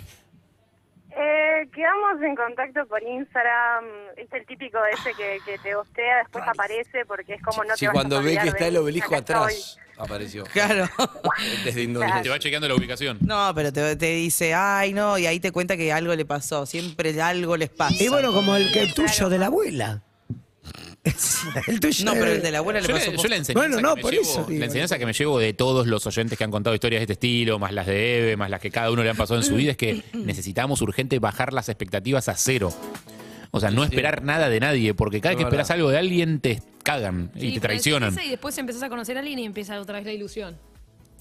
Speaker 16: Eh, quedamos en contacto por Instagram. Es el típico ese que, que te gostea, después aparece porque es como no
Speaker 11: si
Speaker 16: te vas a
Speaker 11: cuando ve
Speaker 16: olvidar
Speaker 11: que
Speaker 16: de
Speaker 11: está el
Speaker 16: mí,
Speaker 11: obelisco
Speaker 16: acá estoy.
Speaker 11: atrás, apareció.
Speaker 14: Claro.
Speaker 11: Desde
Speaker 12: Te
Speaker 11: Indonesia.
Speaker 12: va chequeando la ubicación.
Speaker 14: No, pero te, te dice, ay, no, y ahí te cuenta que algo le pasó, siempre algo les pasa.
Speaker 10: Y bueno, como el, que el tuyo de la abuela. el tuyo
Speaker 14: No, pero el de la abuela le
Speaker 12: Eh,
Speaker 14: pasó
Speaker 12: Yo, le, yo la enseñanza
Speaker 10: Bueno, no,
Speaker 12: que me
Speaker 10: por
Speaker 12: llevo,
Speaker 10: eso. digo.
Speaker 12: la enseñanza que me llevo de todos los oyentes que han contado historias de este estilo, más las de Eve, más las que cada uno le han pasado en su vida, es que necesitamos urgente bajar las expectativas a cero. O sea, no esperar nada de nadie, porque cada
Speaker 11: Es
Speaker 12: vez que esperas
Speaker 11: verdad.
Speaker 12: algo de alguien te cagan y
Speaker 13: Sí,
Speaker 12: te
Speaker 13: pero
Speaker 12: traicionan.
Speaker 13: empieza Y después empezás a conocer a alguien y empieza otra vez la ilusión.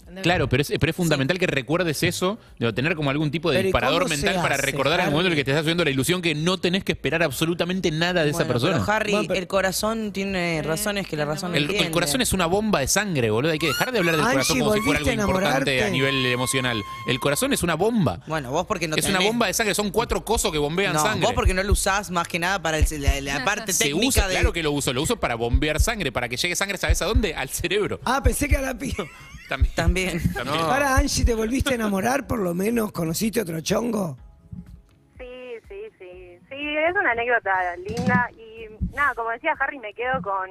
Speaker 13: ¿Entendés?
Speaker 12: Claro, pero es, pero es fundamental que recuerdes eso, de tener como algún tipo de
Speaker 13: Pero ¿y
Speaker 12: disparador
Speaker 13: cómo se
Speaker 12: mental para
Speaker 13: hace,
Speaker 12: recordar en el momento en el que te estás subiendo la ilusión que no tenés que esperar absolutamente nada de esa
Speaker 14: Bueno,
Speaker 12: persona.
Speaker 14: Pero Harry, el corazón tiene razones que la razón no
Speaker 12: El,
Speaker 14: entiende.
Speaker 12: el corazón es una bomba de sangre, boludo. Hay que dejar de hablar del
Speaker 14: Angie,
Speaker 12: corazón como si fuera algo
Speaker 14: ¿volviste a
Speaker 12: importante
Speaker 14: enamorarte?
Speaker 12: a nivel emocional. El corazón es una bomba.
Speaker 14: Bueno, vos porque no
Speaker 12: Es una
Speaker 14: tenés-
Speaker 12: bomba de sangre, son cuatro cosos que bombean
Speaker 14: No,
Speaker 12: sangre.
Speaker 14: vos porque no lo usás más que nada para el- la, la parte
Speaker 12: Se
Speaker 14: técnica
Speaker 12: usa,
Speaker 14: de...
Speaker 12: claro que lo uso, lo uso para bombear sangre, para que llegue sangre, ¿sabes a dónde? Al cerebro.
Speaker 10: Ah, pensé que a la piba.
Speaker 12: También.
Speaker 14: También.
Speaker 12: También.
Speaker 10: Para Angie, ¿te volviste a enamorar por lo menos? ¿Conociste otro chongo?
Speaker 16: Sí, sí, sí. Sí, es una anécdota linda. Y nada, como decía Harry, me quedo con,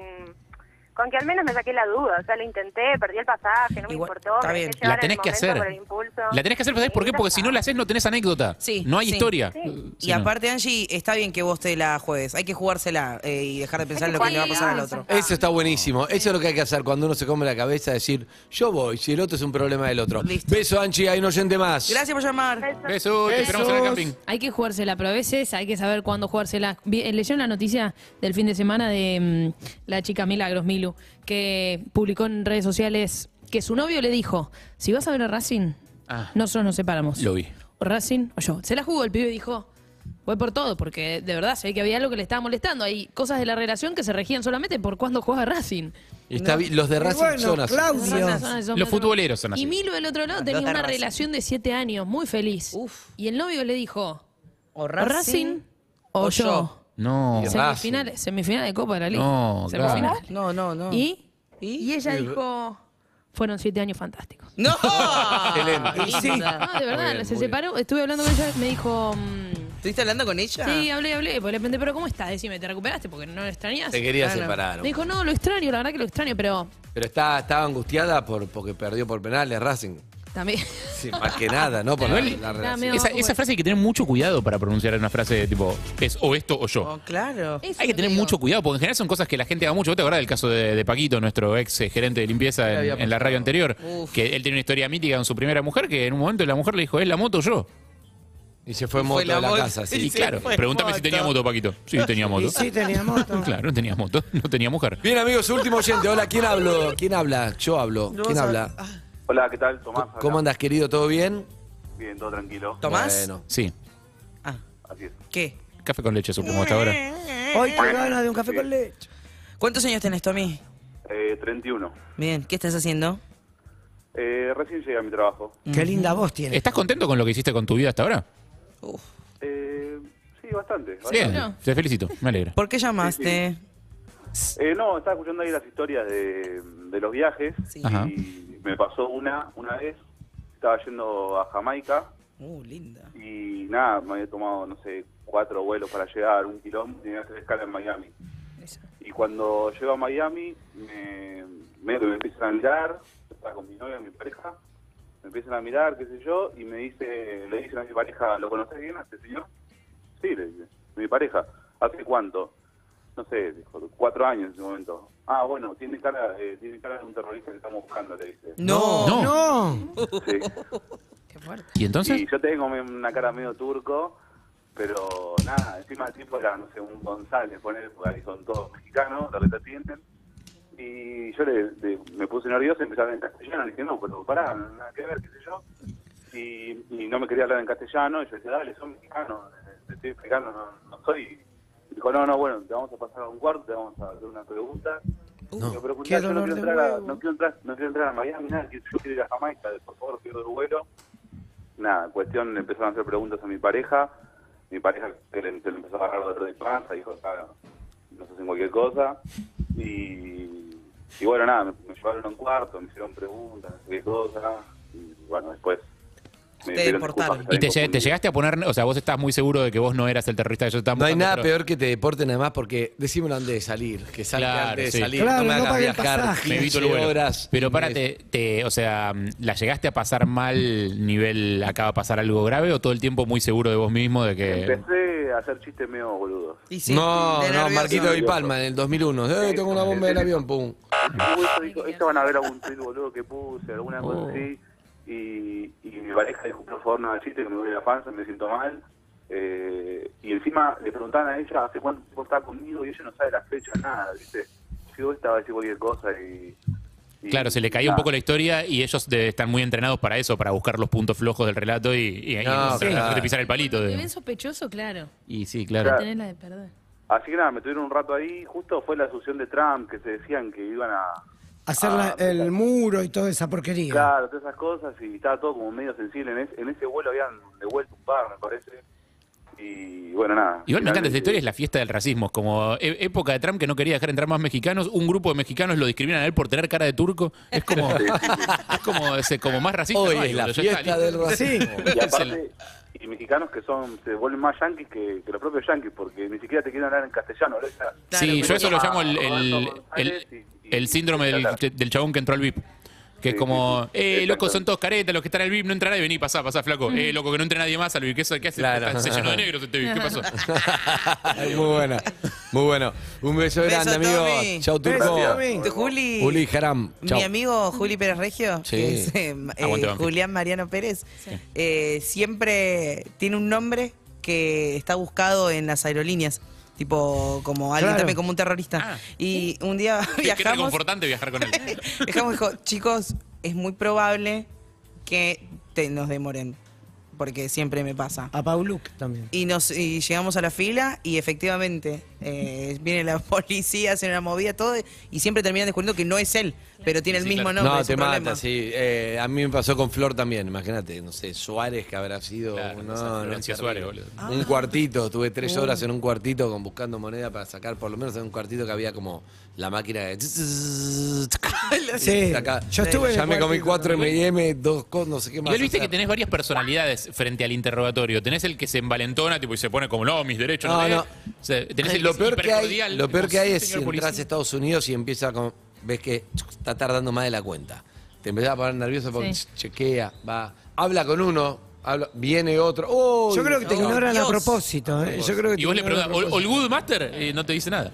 Speaker 16: con que al menos me saqué la duda. O sea, lo intenté, perdí el pasaje, no me importó.
Speaker 12: está
Speaker 16: me
Speaker 12: bien.
Speaker 16: dejé
Speaker 12: La
Speaker 16: llevar
Speaker 12: tenés
Speaker 16: en el
Speaker 12: que
Speaker 16: momento
Speaker 12: hacer.
Speaker 16: por el impulso.
Speaker 12: La tenés que hacer, ¿sabés por qué? Porque si no la haces, no tenés anécdota.
Speaker 14: Sí,
Speaker 12: No hay
Speaker 14: sí.
Speaker 12: historia.
Speaker 14: Y
Speaker 12: Sí, no.
Speaker 14: aparte, Angie, está bien que vos te la juegues. Hay que jugársela eh, y dejar de pensar lo que le va a pasar al otro.
Speaker 11: Eso está buenísimo. Eso es lo que hay que hacer cuando uno se come la cabeza, decir, yo voy, si el otro es un problema del otro. Beso, Anchi, hay un oyente más.
Speaker 14: Gracias por llamar.
Speaker 12: Besos,
Speaker 11: te esperamos en el camping.
Speaker 13: Hay que jugársela, pero a veces hay que saber cuándo jugársela. Vi- eh, Leyeron la noticia del fin de semana de mm, la chica Milagros Milu, que publicó en redes sociales que su novio le dijo, si vas a ver a Racing,
Speaker 12: Ah.
Speaker 13: nosotros nos separamos.
Speaker 12: Lo vi.
Speaker 13: O Racing o yo. Se la jugó el pibe y dijo, voy por todo, porque de verdad se ve que había algo que le estaba molestando. Hay cosas de la relación que se regían solamente por cuándo juega Racing.
Speaker 11: Y está bien, los de
Speaker 13: Y
Speaker 11: Racing
Speaker 13: bueno,
Speaker 11: son así.
Speaker 13: Claudio. Los de Racing son así, son
Speaker 12: Los
Speaker 13: muy-
Speaker 12: futboleros son
Speaker 13: Y
Speaker 12: así.
Speaker 13: Milo del otro lado tenía
Speaker 12: Los de
Speaker 13: una
Speaker 12: Racing.
Speaker 13: relación de siete años, muy feliz. Y el novio le dijo,
Speaker 14: o
Speaker 13: Racing, o, yo.
Speaker 12: No.
Speaker 13: Semifinal, semifinal de Copa de la Liga.
Speaker 12: No,
Speaker 13: Semifinal.
Speaker 14: No,
Speaker 12: claro.
Speaker 14: no, no.
Speaker 13: ¿Y? Y ella
Speaker 14: Sí,
Speaker 13: dijo, fueron siete años fantásticos.
Speaker 14: ¡No! Oh.
Speaker 13: Y sí.
Speaker 11: Ah,
Speaker 13: No, de verdad, se separó. Estuve hablando con ella, me dijo... mm,
Speaker 14: ¿Estuviste hablando con ella?
Speaker 13: Sí, hablé, hablé. Pues le pregunté, pero ¿cómo estás? Decime, ¿te recuperaste? Porque no lo extrañas.
Speaker 11: Te quería separar.
Speaker 13: Me dijo, no, lo extraño, la verdad que lo extraño, pero
Speaker 11: Pero está, estaba angustiada por, porque perdió por penales Racing.
Speaker 13: también.
Speaker 11: Más que nada, ¿no?
Speaker 14: Eh,
Speaker 11: Por la, la relación.
Speaker 13: medio-
Speaker 12: Esa, esa frase hay que tener mucho cuidado para pronunciar una frase de tipo, es o esto o yo.
Speaker 14: Claro.
Speaker 12: Hay que tener mucho cuidado, porque en general son cosas que la gente da mucho. ¿Vos te acordás del caso de, de Paquito, nuestro ex eh, gerente de limpieza
Speaker 11: había
Speaker 12: en, en la radio anterior?
Speaker 11: Uf.
Speaker 12: Que él tiene una historia mítica con su primera mujer, que en un momento la mujer le dijo, ¿es la moto o yo?
Speaker 11: Y se fue en moto
Speaker 12: la
Speaker 11: de la
Speaker 12: moto.
Speaker 11: casa, sí.
Speaker 12: Y claro,
Speaker 14: pues,
Speaker 12: pregúntame si tenía moto, Paquito. Sí, tenía moto.
Speaker 11: Y sí, tenía
Speaker 10: moto.
Speaker 12: claro, no tenía moto, no tenía mujer.
Speaker 11: Bien, amigos, último oyente. Hola, ¿quién hablo? ¿Quién habla? Yo hablo. ¿Quién habla?
Speaker 17: Hola, ¿qué tal? Tomás. acá.
Speaker 11: ¿Cómo andas, querido? ¿Todo bien?
Speaker 17: Bien, todo tranquilo.
Speaker 11: Bueno.
Speaker 12: Sí.
Speaker 17: Así es.
Speaker 14: ¿Qué?
Speaker 12: Café con leche, supongo, hasta ahora.
Speaker 14: Hoy te ganas de un café con leche. ¿Cuántos años tenés, Tommy?
Speaker 17: Eh, 31.
Speaker 14: Bien, ¿qué estás haciendo?
Speaker 17: Eh, recién llegué a mi trabajo.
Speaker 10: Qué linda voz tiene.
Speaker 12: ¿Estás contento con lo que hiciste con tu vida hasta ahora?
Speaker 17: Eh, sí, bastante.
Speaker 12: Bien, te felicito, me alegra.
Speaker 14: ¿Por qué llamaste?
Speaker 17: Eh, no, estaba escuchando ahí las historias de, de los viajes
Speaker 12: Ajá.
Speaker 17: y me pasó una una vez. Estaba yendo a Jamaica
Speaker 14: Uh, linda.
Speaker 17: y nada, me había tomado, no sé, cuatro vuelos para llegar, un kilómetro, tenía que hacer escala en Miami. Y cuando llego a Miami, me, medio que me empiezan a mirar, yo estaba con mi novia, mi pareja, me empiezan a mirar, qué sé yo, y me dice, le dicen a mi pareja, ¿lo conoces bien a este señor? Sí, le dice, mi pareja, ¿hace cuánto? No sé, dijo, cuatro años en ese momento. Ah, bueno, tiene cara, eh, tiene cara de un terrorista que estamos buscando, le dice.
Speaker 12: No. No.
Speaker 17: Sí.
Speaker 12: ¿Y entonces?
Speaker 17: Y yo tengo me- una cara medio turco, pero nada, encima el tipo era, no sé, un González, poner, porque ahí son todos mexicanos, los que te atienden. Y yo le, le- me puse nervioso y empecé a hablar en castellano, le dije, no, pero pará, nada que ver, qué sé yo. Y, y no me quería hablar en castellano, y yo le dije, dale, son mexicanos, te estoy explicando, no, no soy. Dijo, no, no, bueno, te vamos a pasar a un cuarto, te vamos a hacer una pregunta.
Speaker 11: No.
Speaker 17: Yo, pero
Speaker 11: Uh, Qué
Speaker 17: escuchá, yo no
Speaker 11: dolor
Speaker 17: quiero,
Speaker 11: de
Speaker 17: entrar a,
Speaker 11: huevo.
Speaker 17: no, quiero entrar, no quiero entrar a Miami, nada, que- yo quiero ir a Jamaica, por favor, pierdo el vuelo. Nada, cuestión, le empezaron a hacer preguntas a mi pareja. Mi pareja se le, se le empezó a agarrar dolor de panza, dijo, "Ah, no sé, hacen cualquier cosa. Y, y bueno, nada, me, me llevaron a un cuarto, me hicieron preguntas, no sé qué cosa. Y bueno, después... Me pidieron disculpas por
Speaker 12: ¿Y
Speaker 17: haber
Speaker 12: te, lle- te llegaste a poner, o sea, vos estás muy seguro de que vos no eras el terrorista que yo estaba
Speaker 11: No hay nada peor que te deporten además porque decímelo antes de salir, que salga
Speaker 12: Claro,
Speaker 11: antes de
Speaker 12: sí.
Speaker 11: salir, no me hagas viajar 15
Speaker 12: Me evito el vuelo.
Speaker 11: horas.
Speaker 12: Pero párate, te, o sea, ¿la llegaste a pasar mal nivel acaba de pasar algo grave o todo el tiempo muy seguro de vos mismo de que
Speaker 17: Empecé a hacer chistes medio boludos.
Speaker 11: eh, no, no, Marquito y Palma en el 2001. Eh, tengo una bomba del avión, pum.
Speaker 17: Uy, esto dijo- esto van a ver algún tweet boludo que puse, alguna
Speaker 12: Oh.
Speaker 17: cosa así. Y, y mi pareja dijo, por favor, no hagas chiste, que me duele la panza, me siento mal. Eh, y encima le preguntaban a ella hace cuánto tiempo estaba conmigo y ella no sabe la fecha, nada, ¿viste? Yo estaba a decir cualquier cosa y...
Speaker 12: Claro, se le caía un poco la historia y ellos de- están muy entrenados para eso, para buscar los puntos flojos del relato y, y, y
Speaker 11: No,
Speaker 12: hacerte
Speaker 11: claro.
Speaker 12: pisar el palito.
Speaker 13: Te
Speaker 12: de-
Speaker 13: ven sospechoso, claro.
Speaker 12: Y sí,
Speaker 13: No
Speaker 12: claro.
Speaker 13: tenés la de perder.
Speaker 17: Así que nada, me tuvieron un rato ahí, justo fue la asunción de Trump, que se decían que iban a...
Speaker 10: Hacer la- el muro y toda esa porquería.
Speaker 17: Claro, todas esas cosas y estaba todo como medio sensible. En, es- en ese vuelo habían devuelto un par, me parece. Y bueno, nada.
Speaker 12: Igual me encanta
Speaker 17: finalmente-
Speaker 12: esta historia, es la fiesta del racismo. Es como e- época de Trump que no quería dejar entrar más mexicanos, un grupo de mexicanos lo discriminan a él por tener cara de turco. Es como, es como, es como más racista.
Speaker 11: Hoy
Speaker 12: no hay,
Speaker 11: es la
Speaker 12: boludo, ya está,
Speaker 11: fiesta
Speaker 12: listo.
Speaker 11: del racismo.
Speaker 17: Y aparte, y mexicanos que son, se vuelven más yanquis que, que los propios yanquis, porque ni siquiera te quieren hablar en castellano. ¿no? Esa-
Speaker 12: Sí, yo eso lo
Speaker 17: Ah,
Speaker 12: llamo el, el-
Speaker 17: Roberto González
Speaker 12: el- el síndrome del, del chabón que entró al VIP. Que es como, eh, loco, son todos caretas los que están al VIP, no entra nadie, vení, pasá, pasá, flaco. Eh, loco, que no entre nadie más al VIP, ¿qué, hace- qué hace?
Speaker 11: Claro.
Speaker 12: Está- Se llenó de negros este VIP, ¿qué pasó?
Speaker 11: Ay, muy buena, muy bueno. Un beso grande, amigo. Chau, Turco.
Speaker 14: Tu Juli.
Speaker 11: Uli Haram. Chau.
Speaker 14: Mi amigo Juli Pérez Regio,
Speaker 11: Sí.
Speaker 14: que es eh, eh,
Speaker 11: Aguante, Banfield.
Speaker 14: Julián Mariano Pérez, eh, siempre tiene un nombre que está buscado en las aerolíneas. Tipo, como alguien
Speaker 12: Claro.
Speaker 14: también como un terrorista. y un día
Speaker 12: Qué qué
Speaker 14: viajamos.
Speaker 12: reconfortante viajar con él.
Speaker 14: Dejamos, dijo, chicos, es muy probable que te- nos demoren, porque siempre me pasa.
Speaker 10: A Pauluc también.
Speaker 14: Y, nos, y llegamos a la fila y efectivamente eh, viene la policía, hace una movida, todo, y siempre terminan descubriendo que no es él, pero tiene el mismo nombre.
Speaker 11: No,
Speaker 14: es un
Speaker 11: te
Speaker 14: problema.
Speaker 11: mata, sí. Eh, a mí me pasó con Flor también, imagínate, no sé, Suárez que habrá sido. no, no,
Speaker 12: Florencia
Speaker 11: terrible.
Speaker 12: Suárez, boludo.
Speaker 11: Un
Speaker 12: Ah.
Speaker 11: cuartito, tuve tres
Speaker 12: Uh.
Speaker 11: horas en un cuartito con buscando moneda para sacar, por lo menos en un cuartito que había como la máquina de.
Speaker 12: Sí,
Speaker 11: Acá.
Speaker 12: yo estuve en
Speaker 11: Ya
Speaker 12: el
Speaker 11: me comí
Speaker 12: cuartito.
Speaker 11: cuatro MM, dos cosas, no sé qué
Speaker 12: Y
Speaker 11: más.
Speaker 12: él viste
Speaker 11: o sea.
Speaker 12: que tenés varias personalidades frente al interrogatorio. Tenés el que se envalentona tipo, y se pone como, no, mis derechos, no,
Speaker 11: No,
Speaker 12: sé".
Speaker 11: no.
Speaker 12: O sea, tenés el
Speaker 11: lo
Speaker 12: que es
Speaker 11: peor que hay,
Speaker 12: hipercordial,
Speaker 11: lo peor
Speaker 12: tipo,
Speaker 11: que hay
Speaker 12: "Sí,
Speaker 11: es si
Speaker 12: señor
Speaker 11: entras
Speaker 12: policía".
Speaker 11: a Estados Unidos y empieza con ves que está tardando más de la cuenta. Te empezás a poner nervioso porque
Speaker 10: Sí.
Speaker 11: chequea, va, habla con uno, habla- viene otro. ¡Uy!
Speaker 10: Yo creo que te
Speaker 11: No,
Speaker 10: ignoran
Speaker 11: Dios.
Speaker 10: a propósito. ¿eh? Yo creo que
Speaker 12: Y vos le preguntás,
Speaker 10: preguntas
Speaker 12: ¿Ol, ¿All good master? Y no te dice nada.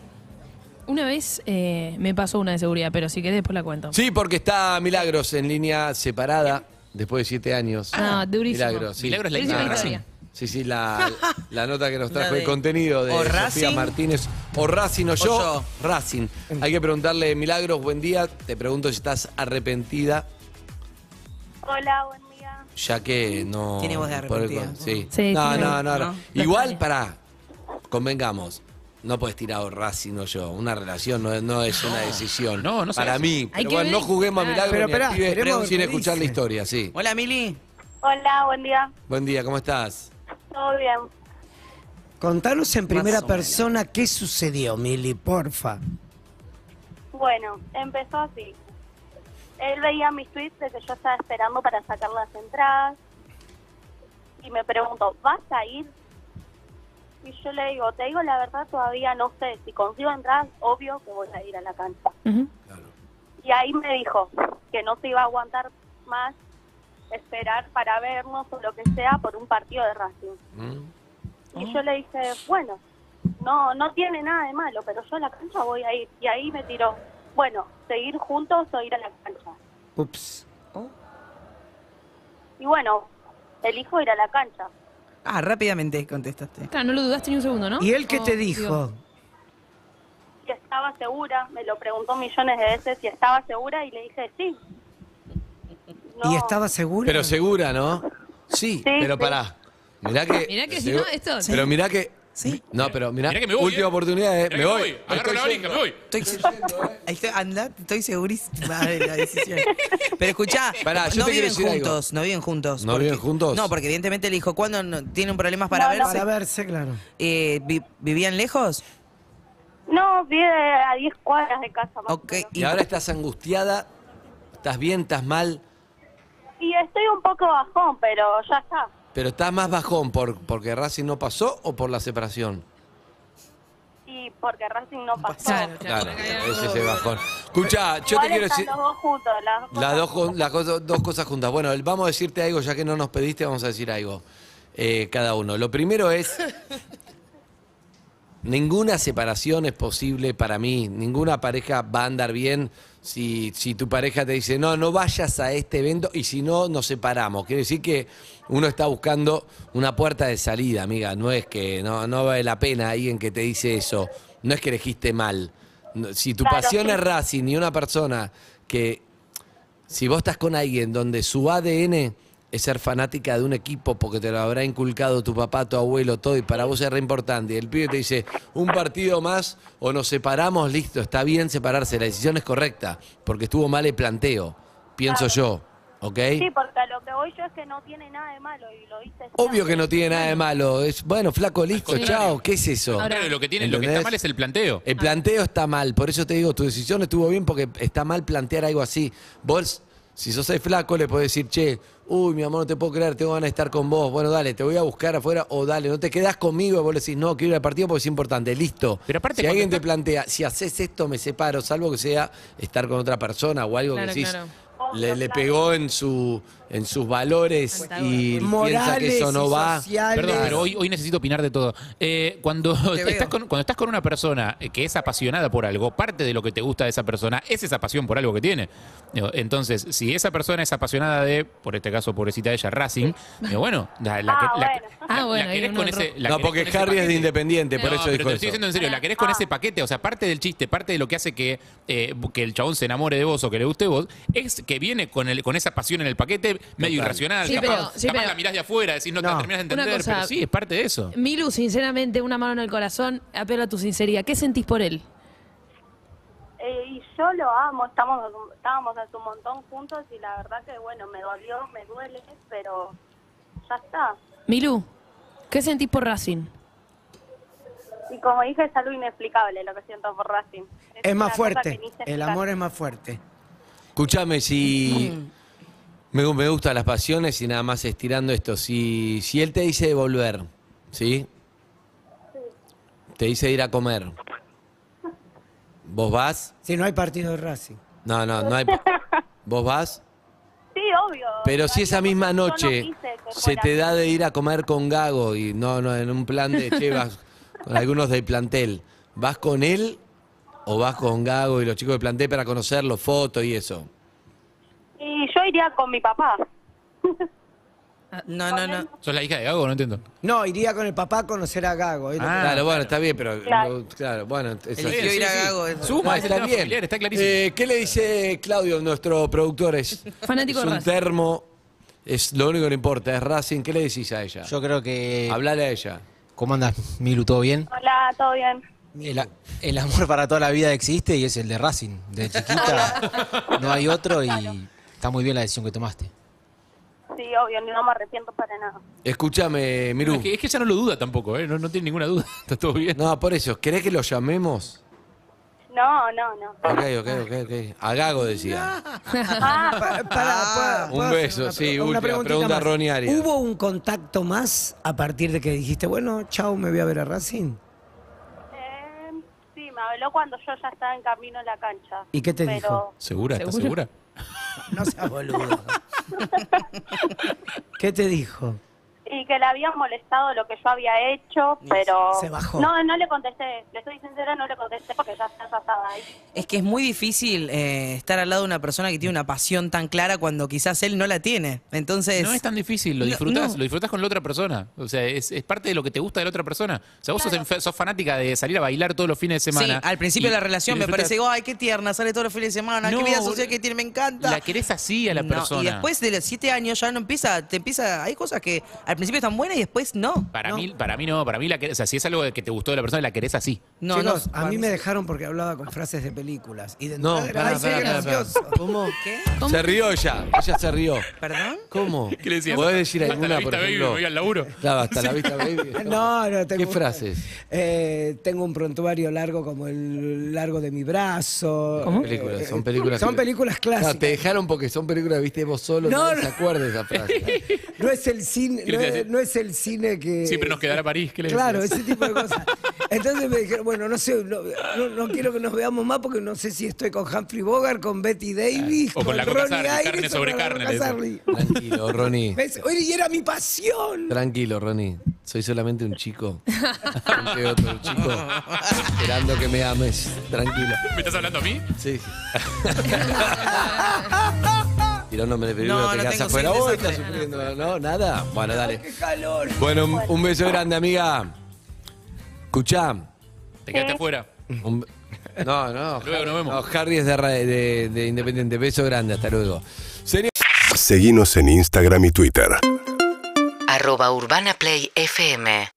Speaker 13: Una vez eh, me pasó una de seguridad, pero si querés después la cuento.
Speaker 11: Sí, porque está Milagros en línea separada después de siete años.
Speaker 13: Ah, durísimo.
Speaker 11: Milagros, sí.
Speaker 13: Milagros es la hija Durísima de Racing. historia.
Speaker 11: Sí, sí, la, la nota que nos
Speaker 13: La
Speaker 11: trajo
Speaker 13: de-
Speaker 11: el contenido de
Speaker 13: o
Speaker 11: Sofía
Speaker 13: Racing.
Speaker 11: Martínez. O Racing o yo, Racing. Hay que preguntarle, Milagros, buen día. Te pregunto si estás arrepentida,
Speaker 18: Hola, buen día.
Speaker 11: ya que no.
Speaker 18: Tiene voz de
Speaker 11: por el
Speaker 18: arrepentida.
Speaker 11: con- sí.
Speaker 18: Sí,
Speaker 11: no,
Speaker 18: tiene-
Speaker 11: no, no, no.
Speaker 18: ¿no?
Speaker 11: Igual, pará, convengamos. No puedes tirar o Racing o yo. Una relación no, es- no es una decisión.
Speaker 12: No, no seas-
Speaker 11: Para mí.
Speaker 12: Hay
Speaker 11: Pero
Speaker 12: que
Speaker 11: bueno, no
Speaker 12: ver,
Speaker 11: juguemos a
Speaker 12: claro.
Speaker 11: Milagros
Speaker 12: Pero
Speaker 11: ni a
Speaker 12: pará,
Speaker 11: Pibes
Speaker 12: queremos ver
Speaker 11: sin
Speaker 12: qué
Speaker 11: escuchar la historia, sí.
Speaker 14: Hola, Mili.
Speaker 18: Hola, buen día.
Speaker 11: Buen día, ¿cómo estás?
Speaker 18: ¿Todo bien?
Speaker 10: Contanos en primera
Speaker 11: o
Speaker 10: persona qué sucedió, Mili, porfa.
Speaker 18: Bueno, empezó así. Él veía mis tweets de que yo estaba esperando para sacar las entradas y me preguntó, ¿vas a ir? Y yo le digo, te digo la verdad, todavía no sé. Si consigo entradas, obvio que voy a ir a la cancha. Y ahí me dijo que no se iba a aguantar más esperar para vernos o lo que sea por un partido de Racing.
Speaker 12: Mm.
Speaker 13: Oh.
Speaker 18: Y yo le dije, bueno, no, no tiene nada de malo, pero yo a la cancha voy a ir. Y ahí me tiró, bueno, seguir juntos o ir a la cancha.
Speaker 10: Ups.
Speaker 18: Y bueno, elijo ir a la cancha.
Speaker 14: Ah, rápidamente contestaste.
Speaker 13: Claro, no lo dudaste ni un segundo, ¿no?
Speaker 14: ¿Y él qué
Speaker 13: Oh,
Speaker 14: te dijo?
Speaker 13: Dios.
Speaker 18: Si estaba segura, me lo preguntó millones de veces si estaba segura y le dije sí.
Speaker 10: ¿Y estaba segura?
Speaker 11: Pero segura, ¿no? Sí, pero pará. Mirá que.
Speaker 13: Mirá que si no, esto- Sí.
Speaker 11: Pero mirá que. Sí. No, pero mirá,
Speaker 14: Mirá que me voy,
Speaker 11: última
Speaker 14: eh.
Speaker 11: oportunidad, eh.
Speaker 14: Mirá
Speaker 11: me
Speaker 14: que
Speaker 11: voy.
Speaker 14: me voy. Agarro
Speaker 11: Estoy
Speaker 14: la valija,
Speaker 11: yendo.
Speaker 14: me voy. Estoy, eh.
Speaker 13: eh.
Speaker 14: Ahí estoy, andá, estoy segurísima de la decisión. Pero escuchá,
Speaker 11: Pará, yo
Speaker 14: no
Speaker 11: te quiero
Speaker 14: viven
Speaker 11: decir algo.
Speaker 14: juntos, no viven juntos.
Speaker 11: ¿No
Speaker 14: porque-
Speaker 11: viven juntos?
Speaker 14: No, porque evidentemente le dijo, ¿cuándo no- tienen problemas para verse?
Speaker 10: Para verse, claro.
Speaker 14: Eh, vi- ¿Vivían lejos?
Speaker 18: No, vive a 10 cuadras de casa. más o menos.
Speaker 11: Y ahora estás angustiada. Estás bien, estás mal.
Speaker 18: Y estoy un poco bajón, pero ya está.
Speaker 11: Pero estás más bajón por, porque Racing no pasó o por la separación.
Speaker 18: Y porque Racing no pasó.
Speaker 11: Claro,
Speaker 18: Eh,
Speaker 11: ese es el bajón. Escucha, yo te
Speaker 18: Igual
Speaker 11: quiero
Speaker 18: están
Speaker 11: decir.
Speaker 18: los dos juntos, las dos
Speaker 11: Las
Speaker 18: cosas.
Speaker 11: dos, con- las cosas- dos cosas juntas. Bueno, el- vamos a decirte algo, ya que no nos pediste, vamos a decir algo. eh, cada uno. Lo primero es. Ninguna separación es posible para mí. Ninguna pareja va a andar bien si, si tu pareja te dice, no, no vayas a este evento y si no, nos separamos. Quiere decir que uno está buscando una puerta de salida, amiga. No es que no, no vale la pena alguien que te dice eso. No es que elegiste mal. No, Si tu
Speaker 5: Claro,
Speaker 11: pasión
Speaker 5: sí.
Speaker 11: es Racing y una persona que si vos estás con alguien donde su ADN es ser fanática de un equipo porque te lo habrá inculcado tu papá, tu abuelo, todo, y para vos es re importante. Y el pibe te dice, un partido más o nos separamos, listo, está bien separarse, la decisión es correcta, porque estuvo mal el planteo, pienso yo, ¿ok?
Speaker 18: Sí, porque a lo que voy yo es que no tiene nada de malo y lo hice.
Speaker 11: Obvio que no tiene nada de malo, es bueno, flaco, listo,
Speaker 12: contrario.
Speaker 11: chao, ¿qué es eso?
Speaker 12: Ahora- Pero lo que tiene- lo que está mal es el planteo.
Speaker 11: El planteo está mal, por eso te digo, tu decisión estuvo bien porque está mal plantear algo así. Vos, si sos el flaco, le podés decir, che, uy, mi amor, no te puedo creer, tengo ganas de estar con vos. Bueno, dale, te voy a buscar afuera o dale, no te quedás conmigo. Y vos le decís, no, quiero ir al partido porque es importante, listo. Pero
Speaker 12: aparte,
Speaker 11: si
Speaker 12: cuando
Speaker 11: alguien te plantea, si haces esto, me separo, salvo que sea estar con otra persona o algo
Speaker 12: Claro,
Speaker 11: que decís.
Speaker 12: claro.
Speaker 11: Le, le pegó en su en sus valores y piensa que
Speaker 10: Morales
Speaker 11: eso no
Speaker 10: y
Speaker 11: va.
Speaker 10: sociales.
Speaker 12: Perdón, pero hoy, hoy necesito opinar de todo. Eh, cuando, estás con, cuando estás con una persona eh, que es apasionada por algo, parte de lo que te gusta de esa persona es esa pasión por algo que tiene. Digo, Entonces, si esa persona es apasionada de, por este caso, pobrecita ella, Racing, digo, bueno, la, la que- la-
Speaker 13: Ah, bueno, ahí
Speaker 12: querés con
Speaker 13: uno
Speaker 12: ese-
Speaker 13: ro-
Speaker 12: Eh, la
Speaker 11: no,
Speaker 12: querés
Speaker 11: porque
Speaker 12: con ese
Speaker 11: Harry es de
Speaker 12: paquete.
Speaker 11: Independiente, por
Speaker 12: No,
Speaker 11: eso
Speaker 12: pero
Speaker 11: dijo
Speaker 12: te lo
Speaker 11: eso.
Speaker 12: estoy diciendo en serio, la querés
Speaker 13: Ah.
Speaker 12: con ese paquete, o sea, parte del chiste, parte de lo que hace que, eh, que el chabón se enamore de vos o que le guste vos, es que viene con el, con esa pasión en el paquete medio
Speaker 11: Total.
Speaker 12: irracional.
Speaker 13: Sí,
Speaker 12: capaz,
Speaker 13: pero- sí,
Speaker 12: capaz
Speaker 13: pero-
Speaker 12: la mirás de afuera, decís no, te terminás de
Speaker 13: Una
Speaker 12: entender,
Speaker 13: cosa-
Speaker 12: pero sí, es parte de eso.
Speaker 13: Milu, sinceramente, una mano en el corazón, apelo a tu sinceridad. ¿Qué sentís por él?
Speaker 18: Eh, y yo lo amo, estamos estábamos hace un montón juntos y la verdad que, bueno, me dolió, me duele, pero ya está.
Speaker 13: Milu, ¿qué sentís por Racing?
Speaker 18: Y como dije, es algo inexplicable lo que siento por Racing.
Speaker 10: Es
Speaker 18: una
Speaker 10: más
Speaker 18: cosa que
Speaker 10: fuerte.
Speaker 18: ni
Speaker 10: El
Speaker 18: se explica.
Speaker 10: amor es más fuerte.
Speaker 11: Escúchame, si.
Speaker 18: Mm.
Speaker 11: Me, gu- me gustan las pasiones y nada más estirando esto. Si, si él te dice de volver, ¿sí? Te dice de ir a comer. ¿Vos vas?
Speaker 10: Si no hay partido de Racing.
Speaker 11: No, no, no hay. ¿Vos vas?
Speaker 18: Sí, obvio.
Speaker 11: Pero si esa misma
Speaker 18: yo no
Speaker 11: noche
Speaker 18: quise que
Speaker 11: se
Speaker 18: fuera
Speaker 11: te
Speaker 18: así.
Speaker 11: da de ir a comer con Gago y no, no, en un plan de che, vas con algunos del plantel, ¿vas con él o vas con Gago y los chicos del plantel para conocerlo, fotos y eso?
Speaker 18: Y yo iría con mi papá.
Speaker 14: Ah, No, no, no.
Speaker 12: ¿Sos la hija de Gago? No entiendo.
Speaker 10: No, iría con el papá a conocer a Gago. ¿eh? es lo que-
Speaker 11: claro, Ah, bueno, está bien, pero.
Speaker 10: Claro.
Speaker 11: lo- claro, bueno, es así.
Speaker 10: Eligió ir a Gago, es- Suma,
Speaker 11: No,
Speaker 10: es el
Speaker 11: está
Speaker 10: tema
Speaker 11: bien.
Speaker 10: familiar, está clarísimo.
Speaker 11: Eh, ¿Qué le dice Claudio, nuestro productor? Es,
Speaker 13: Fanático
Speaker 11: es
Speaker 13: de
Speaker 11: un
Speaker 13: Racing.
Speaker 11: termo, es lo único que le importa, es Racing. ¿Qué le decís a ella? Yo creo que. Hablale a ella.
Speaker 19: ¿Cómo andas, Milu? ¿Todo bien?
Speaker 18: Hola, ¿todo bien?
Speaker 19: El, a- el amor para toda la vida existe y es el de Racing. De chiquita no hay otro y está muy bien la decisión que tomaste.
Speaker 18: Sí, obvio, no me arrepiento para nada.
Speaker 11: Escúchame, Miru.
Speaker 12: Es que, es que ella no lo duda tampoco, ¿eh? no, no tiene ninguna duda. Está todo bien.
Speaker 11: No, por eso, ¿querés que lo llamemos?
Speaker 18: No, no, no.
Speaker 11: Ok, ok, ok, ok. A Gago decía.
Speaker 18: Ah.
Speaker 10: Pará,
Speaker 11: Un beso, sí,
Speaker 10: Ah, Una
Speaker 11: última
Speaker 10: preguntita
Speaker 11: pregunta
Speaker 10: más.
Speaker 11: Ronnie Arias.
Speaker 10: ¿Hubo un contacto más a partir de que dijiste, bueno, chau, me voy a ver a Racing?
Speaker 18: Eh, sí, me habló cuando yo ya estaba en camino a la cancha.
Speaker 10: ¿Y qué te
Speaker 18: Pero-
Speaker 10: dijo?
Speaker 11: ¿Segura?
Speaker 10: ¿Estás
Speaker 11: ¿Estás segura?
Speaker 10: No seas boludo. ¿Qué te dijo?
Speaker 18: Y que le habían molestado lo que yo había hecho, pero...
Speaker 10: se bajó.
Speaker 18: No, no le contesté. Le soy sincera, no le contesté porque ya, ya estaba ahí.
Speaker 14: Es que es muy difícil eh, estar al lado de una persona que tiene una pasión tan clara cuando quizás él no la tiene. Entonces.
Speaker 12: No es tan difícil, lo
Speaker 14: No,
Speaker 12: disfrutás,
Speaker 14: no.
Speaker 12: lo disfrutás con la otra persona. O sea, es, es parte de lo que te gusta de la otra persona. O sea, vos sos enfe- sos, fanática de salir a bailar todos los fines de semana.
Speaker 14: Sí, al principio
Speaker 12: Y-
Speaker 14: de la relación
Speaker 12: y
Speaker 14: me
Speaker 12: disfrutás-
Speaker 14: parece, digo, ay, qué tierna, sale todos los fines de semana,
Speaker 12: No,
Speaker 14: qué vida social que tiene, me encanta.
Speaker 12: La querés así a la
Speaker 14: No,
Speaker 12: persona.
Speaker 14: Y después de los siete años ya no empieza, te empieza, hay cosas que al principio están buenas y después no.
Speaker 12: Para,
Speaker 14: no.
Speaker 12: mí, para mí no, para mí la querés, o sea, si es algo que te gustó de la persona, la querés así.
Speaker 14: No,
Speaker 10: Chicos,
Speaker 14: no,
Speaker 10: a mí
Speaker 14: para-
Speaker 10: me dejaron porque hablaba con frases de películas. Y de
Speaker 11: No,
Speaker 10: entrada era, "Ay,
Speaker 11: pará,
Speaker 10: sí,
Speaker 11: pará,
Speaker 10: qué
Speaker 11: pará, pará.
Speaker 10: gracioso".
Speaker 14: ¿Cómo? ¿Qué?
Speaker 11: Se rió ella, ella se rió.
Speaker 14: ¿Perdón?
Speaker 11: ¿Cómo?
Speaker 12: ¿Qué le decías?
Speaker 11: ¿Podés decir
Speaker 12: Hasta la
Speaker 11: alguna,
Speaker 12: vista,
Speaker 11: por
Speaker 12: baby,
Speaker 11: ejemplo?
Speaker 12: me voy al laburo.
Speaker 11: Claro, hasta la vista, baby.
Speaker 10: No, no, tengo
Speaker 11: ¿Qué
Speaker 10: una-
Speaker 11: frases?
Speaker 10: Eh, tengo un prontuario largo como el largo de mi brazo. Eh,
Speaker 11: Son películas, son películas.
Speaker 10: Son
Speaker 11: que-
Speaker 10: películas
Speaker 11: Claro, te
Speaker 10: clásicas.
Speaker 11: dejaron porque son películas, viste vos solo,
Speaker 10: No,
Speaker 11: no,
Speaker 10: no.
Speaker 11: se acuerda esa frase.
Speaker 10: No es el cine,
Speaker 12: ¿Qué le
Speaker 10: no
Speaker 12: decías?
Speaker 10: es, no es el cine que.
Speaker 12: Siempre nos quedará París, ¿qué le
Speaker 10: Claro,
Speaker 12: decías?
Speaker 10: ese tipo de cosas. Entonces me dijeron, bueno, no sé, no, no- no quiero que nos veamos más porque no sé si estoy con Humphrey Bogart, con Betty Davis,
Speaker 11: O con la Coca
Speaker 10: Ronnie
Speaker 11: Sarli,
Speaker 10: Ayres
Speaker 11: carne
Speaker 10: o
Speaker 11: sobre
Speaker 10: con la
Speaker 11: carne,
Speaker 10: Coca
Speaker 11: le decía.
Speaker 10: Sarli.
Speaker 11: Tranquilo, Ronnie.
Speaker 10: Me dice, "Oye, y era mi pasión.
Speaker 11: Tranquilo, Ronnie. Soy solamente un chico. Soy otro chico. Esperando que me ames. Tranquilo.
Speaker 12: ¿Me estás hablando a mí?
Speaker 11: Sí. Tiró un nombre de película,
Speaker 12: No,
Speaker 11: te
Speaker 12: no
Speaker 11: quedas
Speaker 12: tengo,
Speaker 11: afuera.
Speaker 12: sí,
Speaker 11: Uy,
Speaker 12: desastre.
Speaker 11: estás sufriendo. No, nada. Bueno, dale.
Speaker 10: ¡Qué calor!
Speaker 11: Bueno, un, un beso grande, amiga. Escuchá.
Speaker 12: Te quedaste afuera.
Speaker 11: un- No, no.
Speaker 12: Luego nos vemos.
Speaker 11: No, Harry es de, ra- de- de Independiente. Beso grande, hasta luego. Señor-
Speaker 1: Seguinos en Instagram y Twitter.
Speaker 20: Arroba Urbana Play FM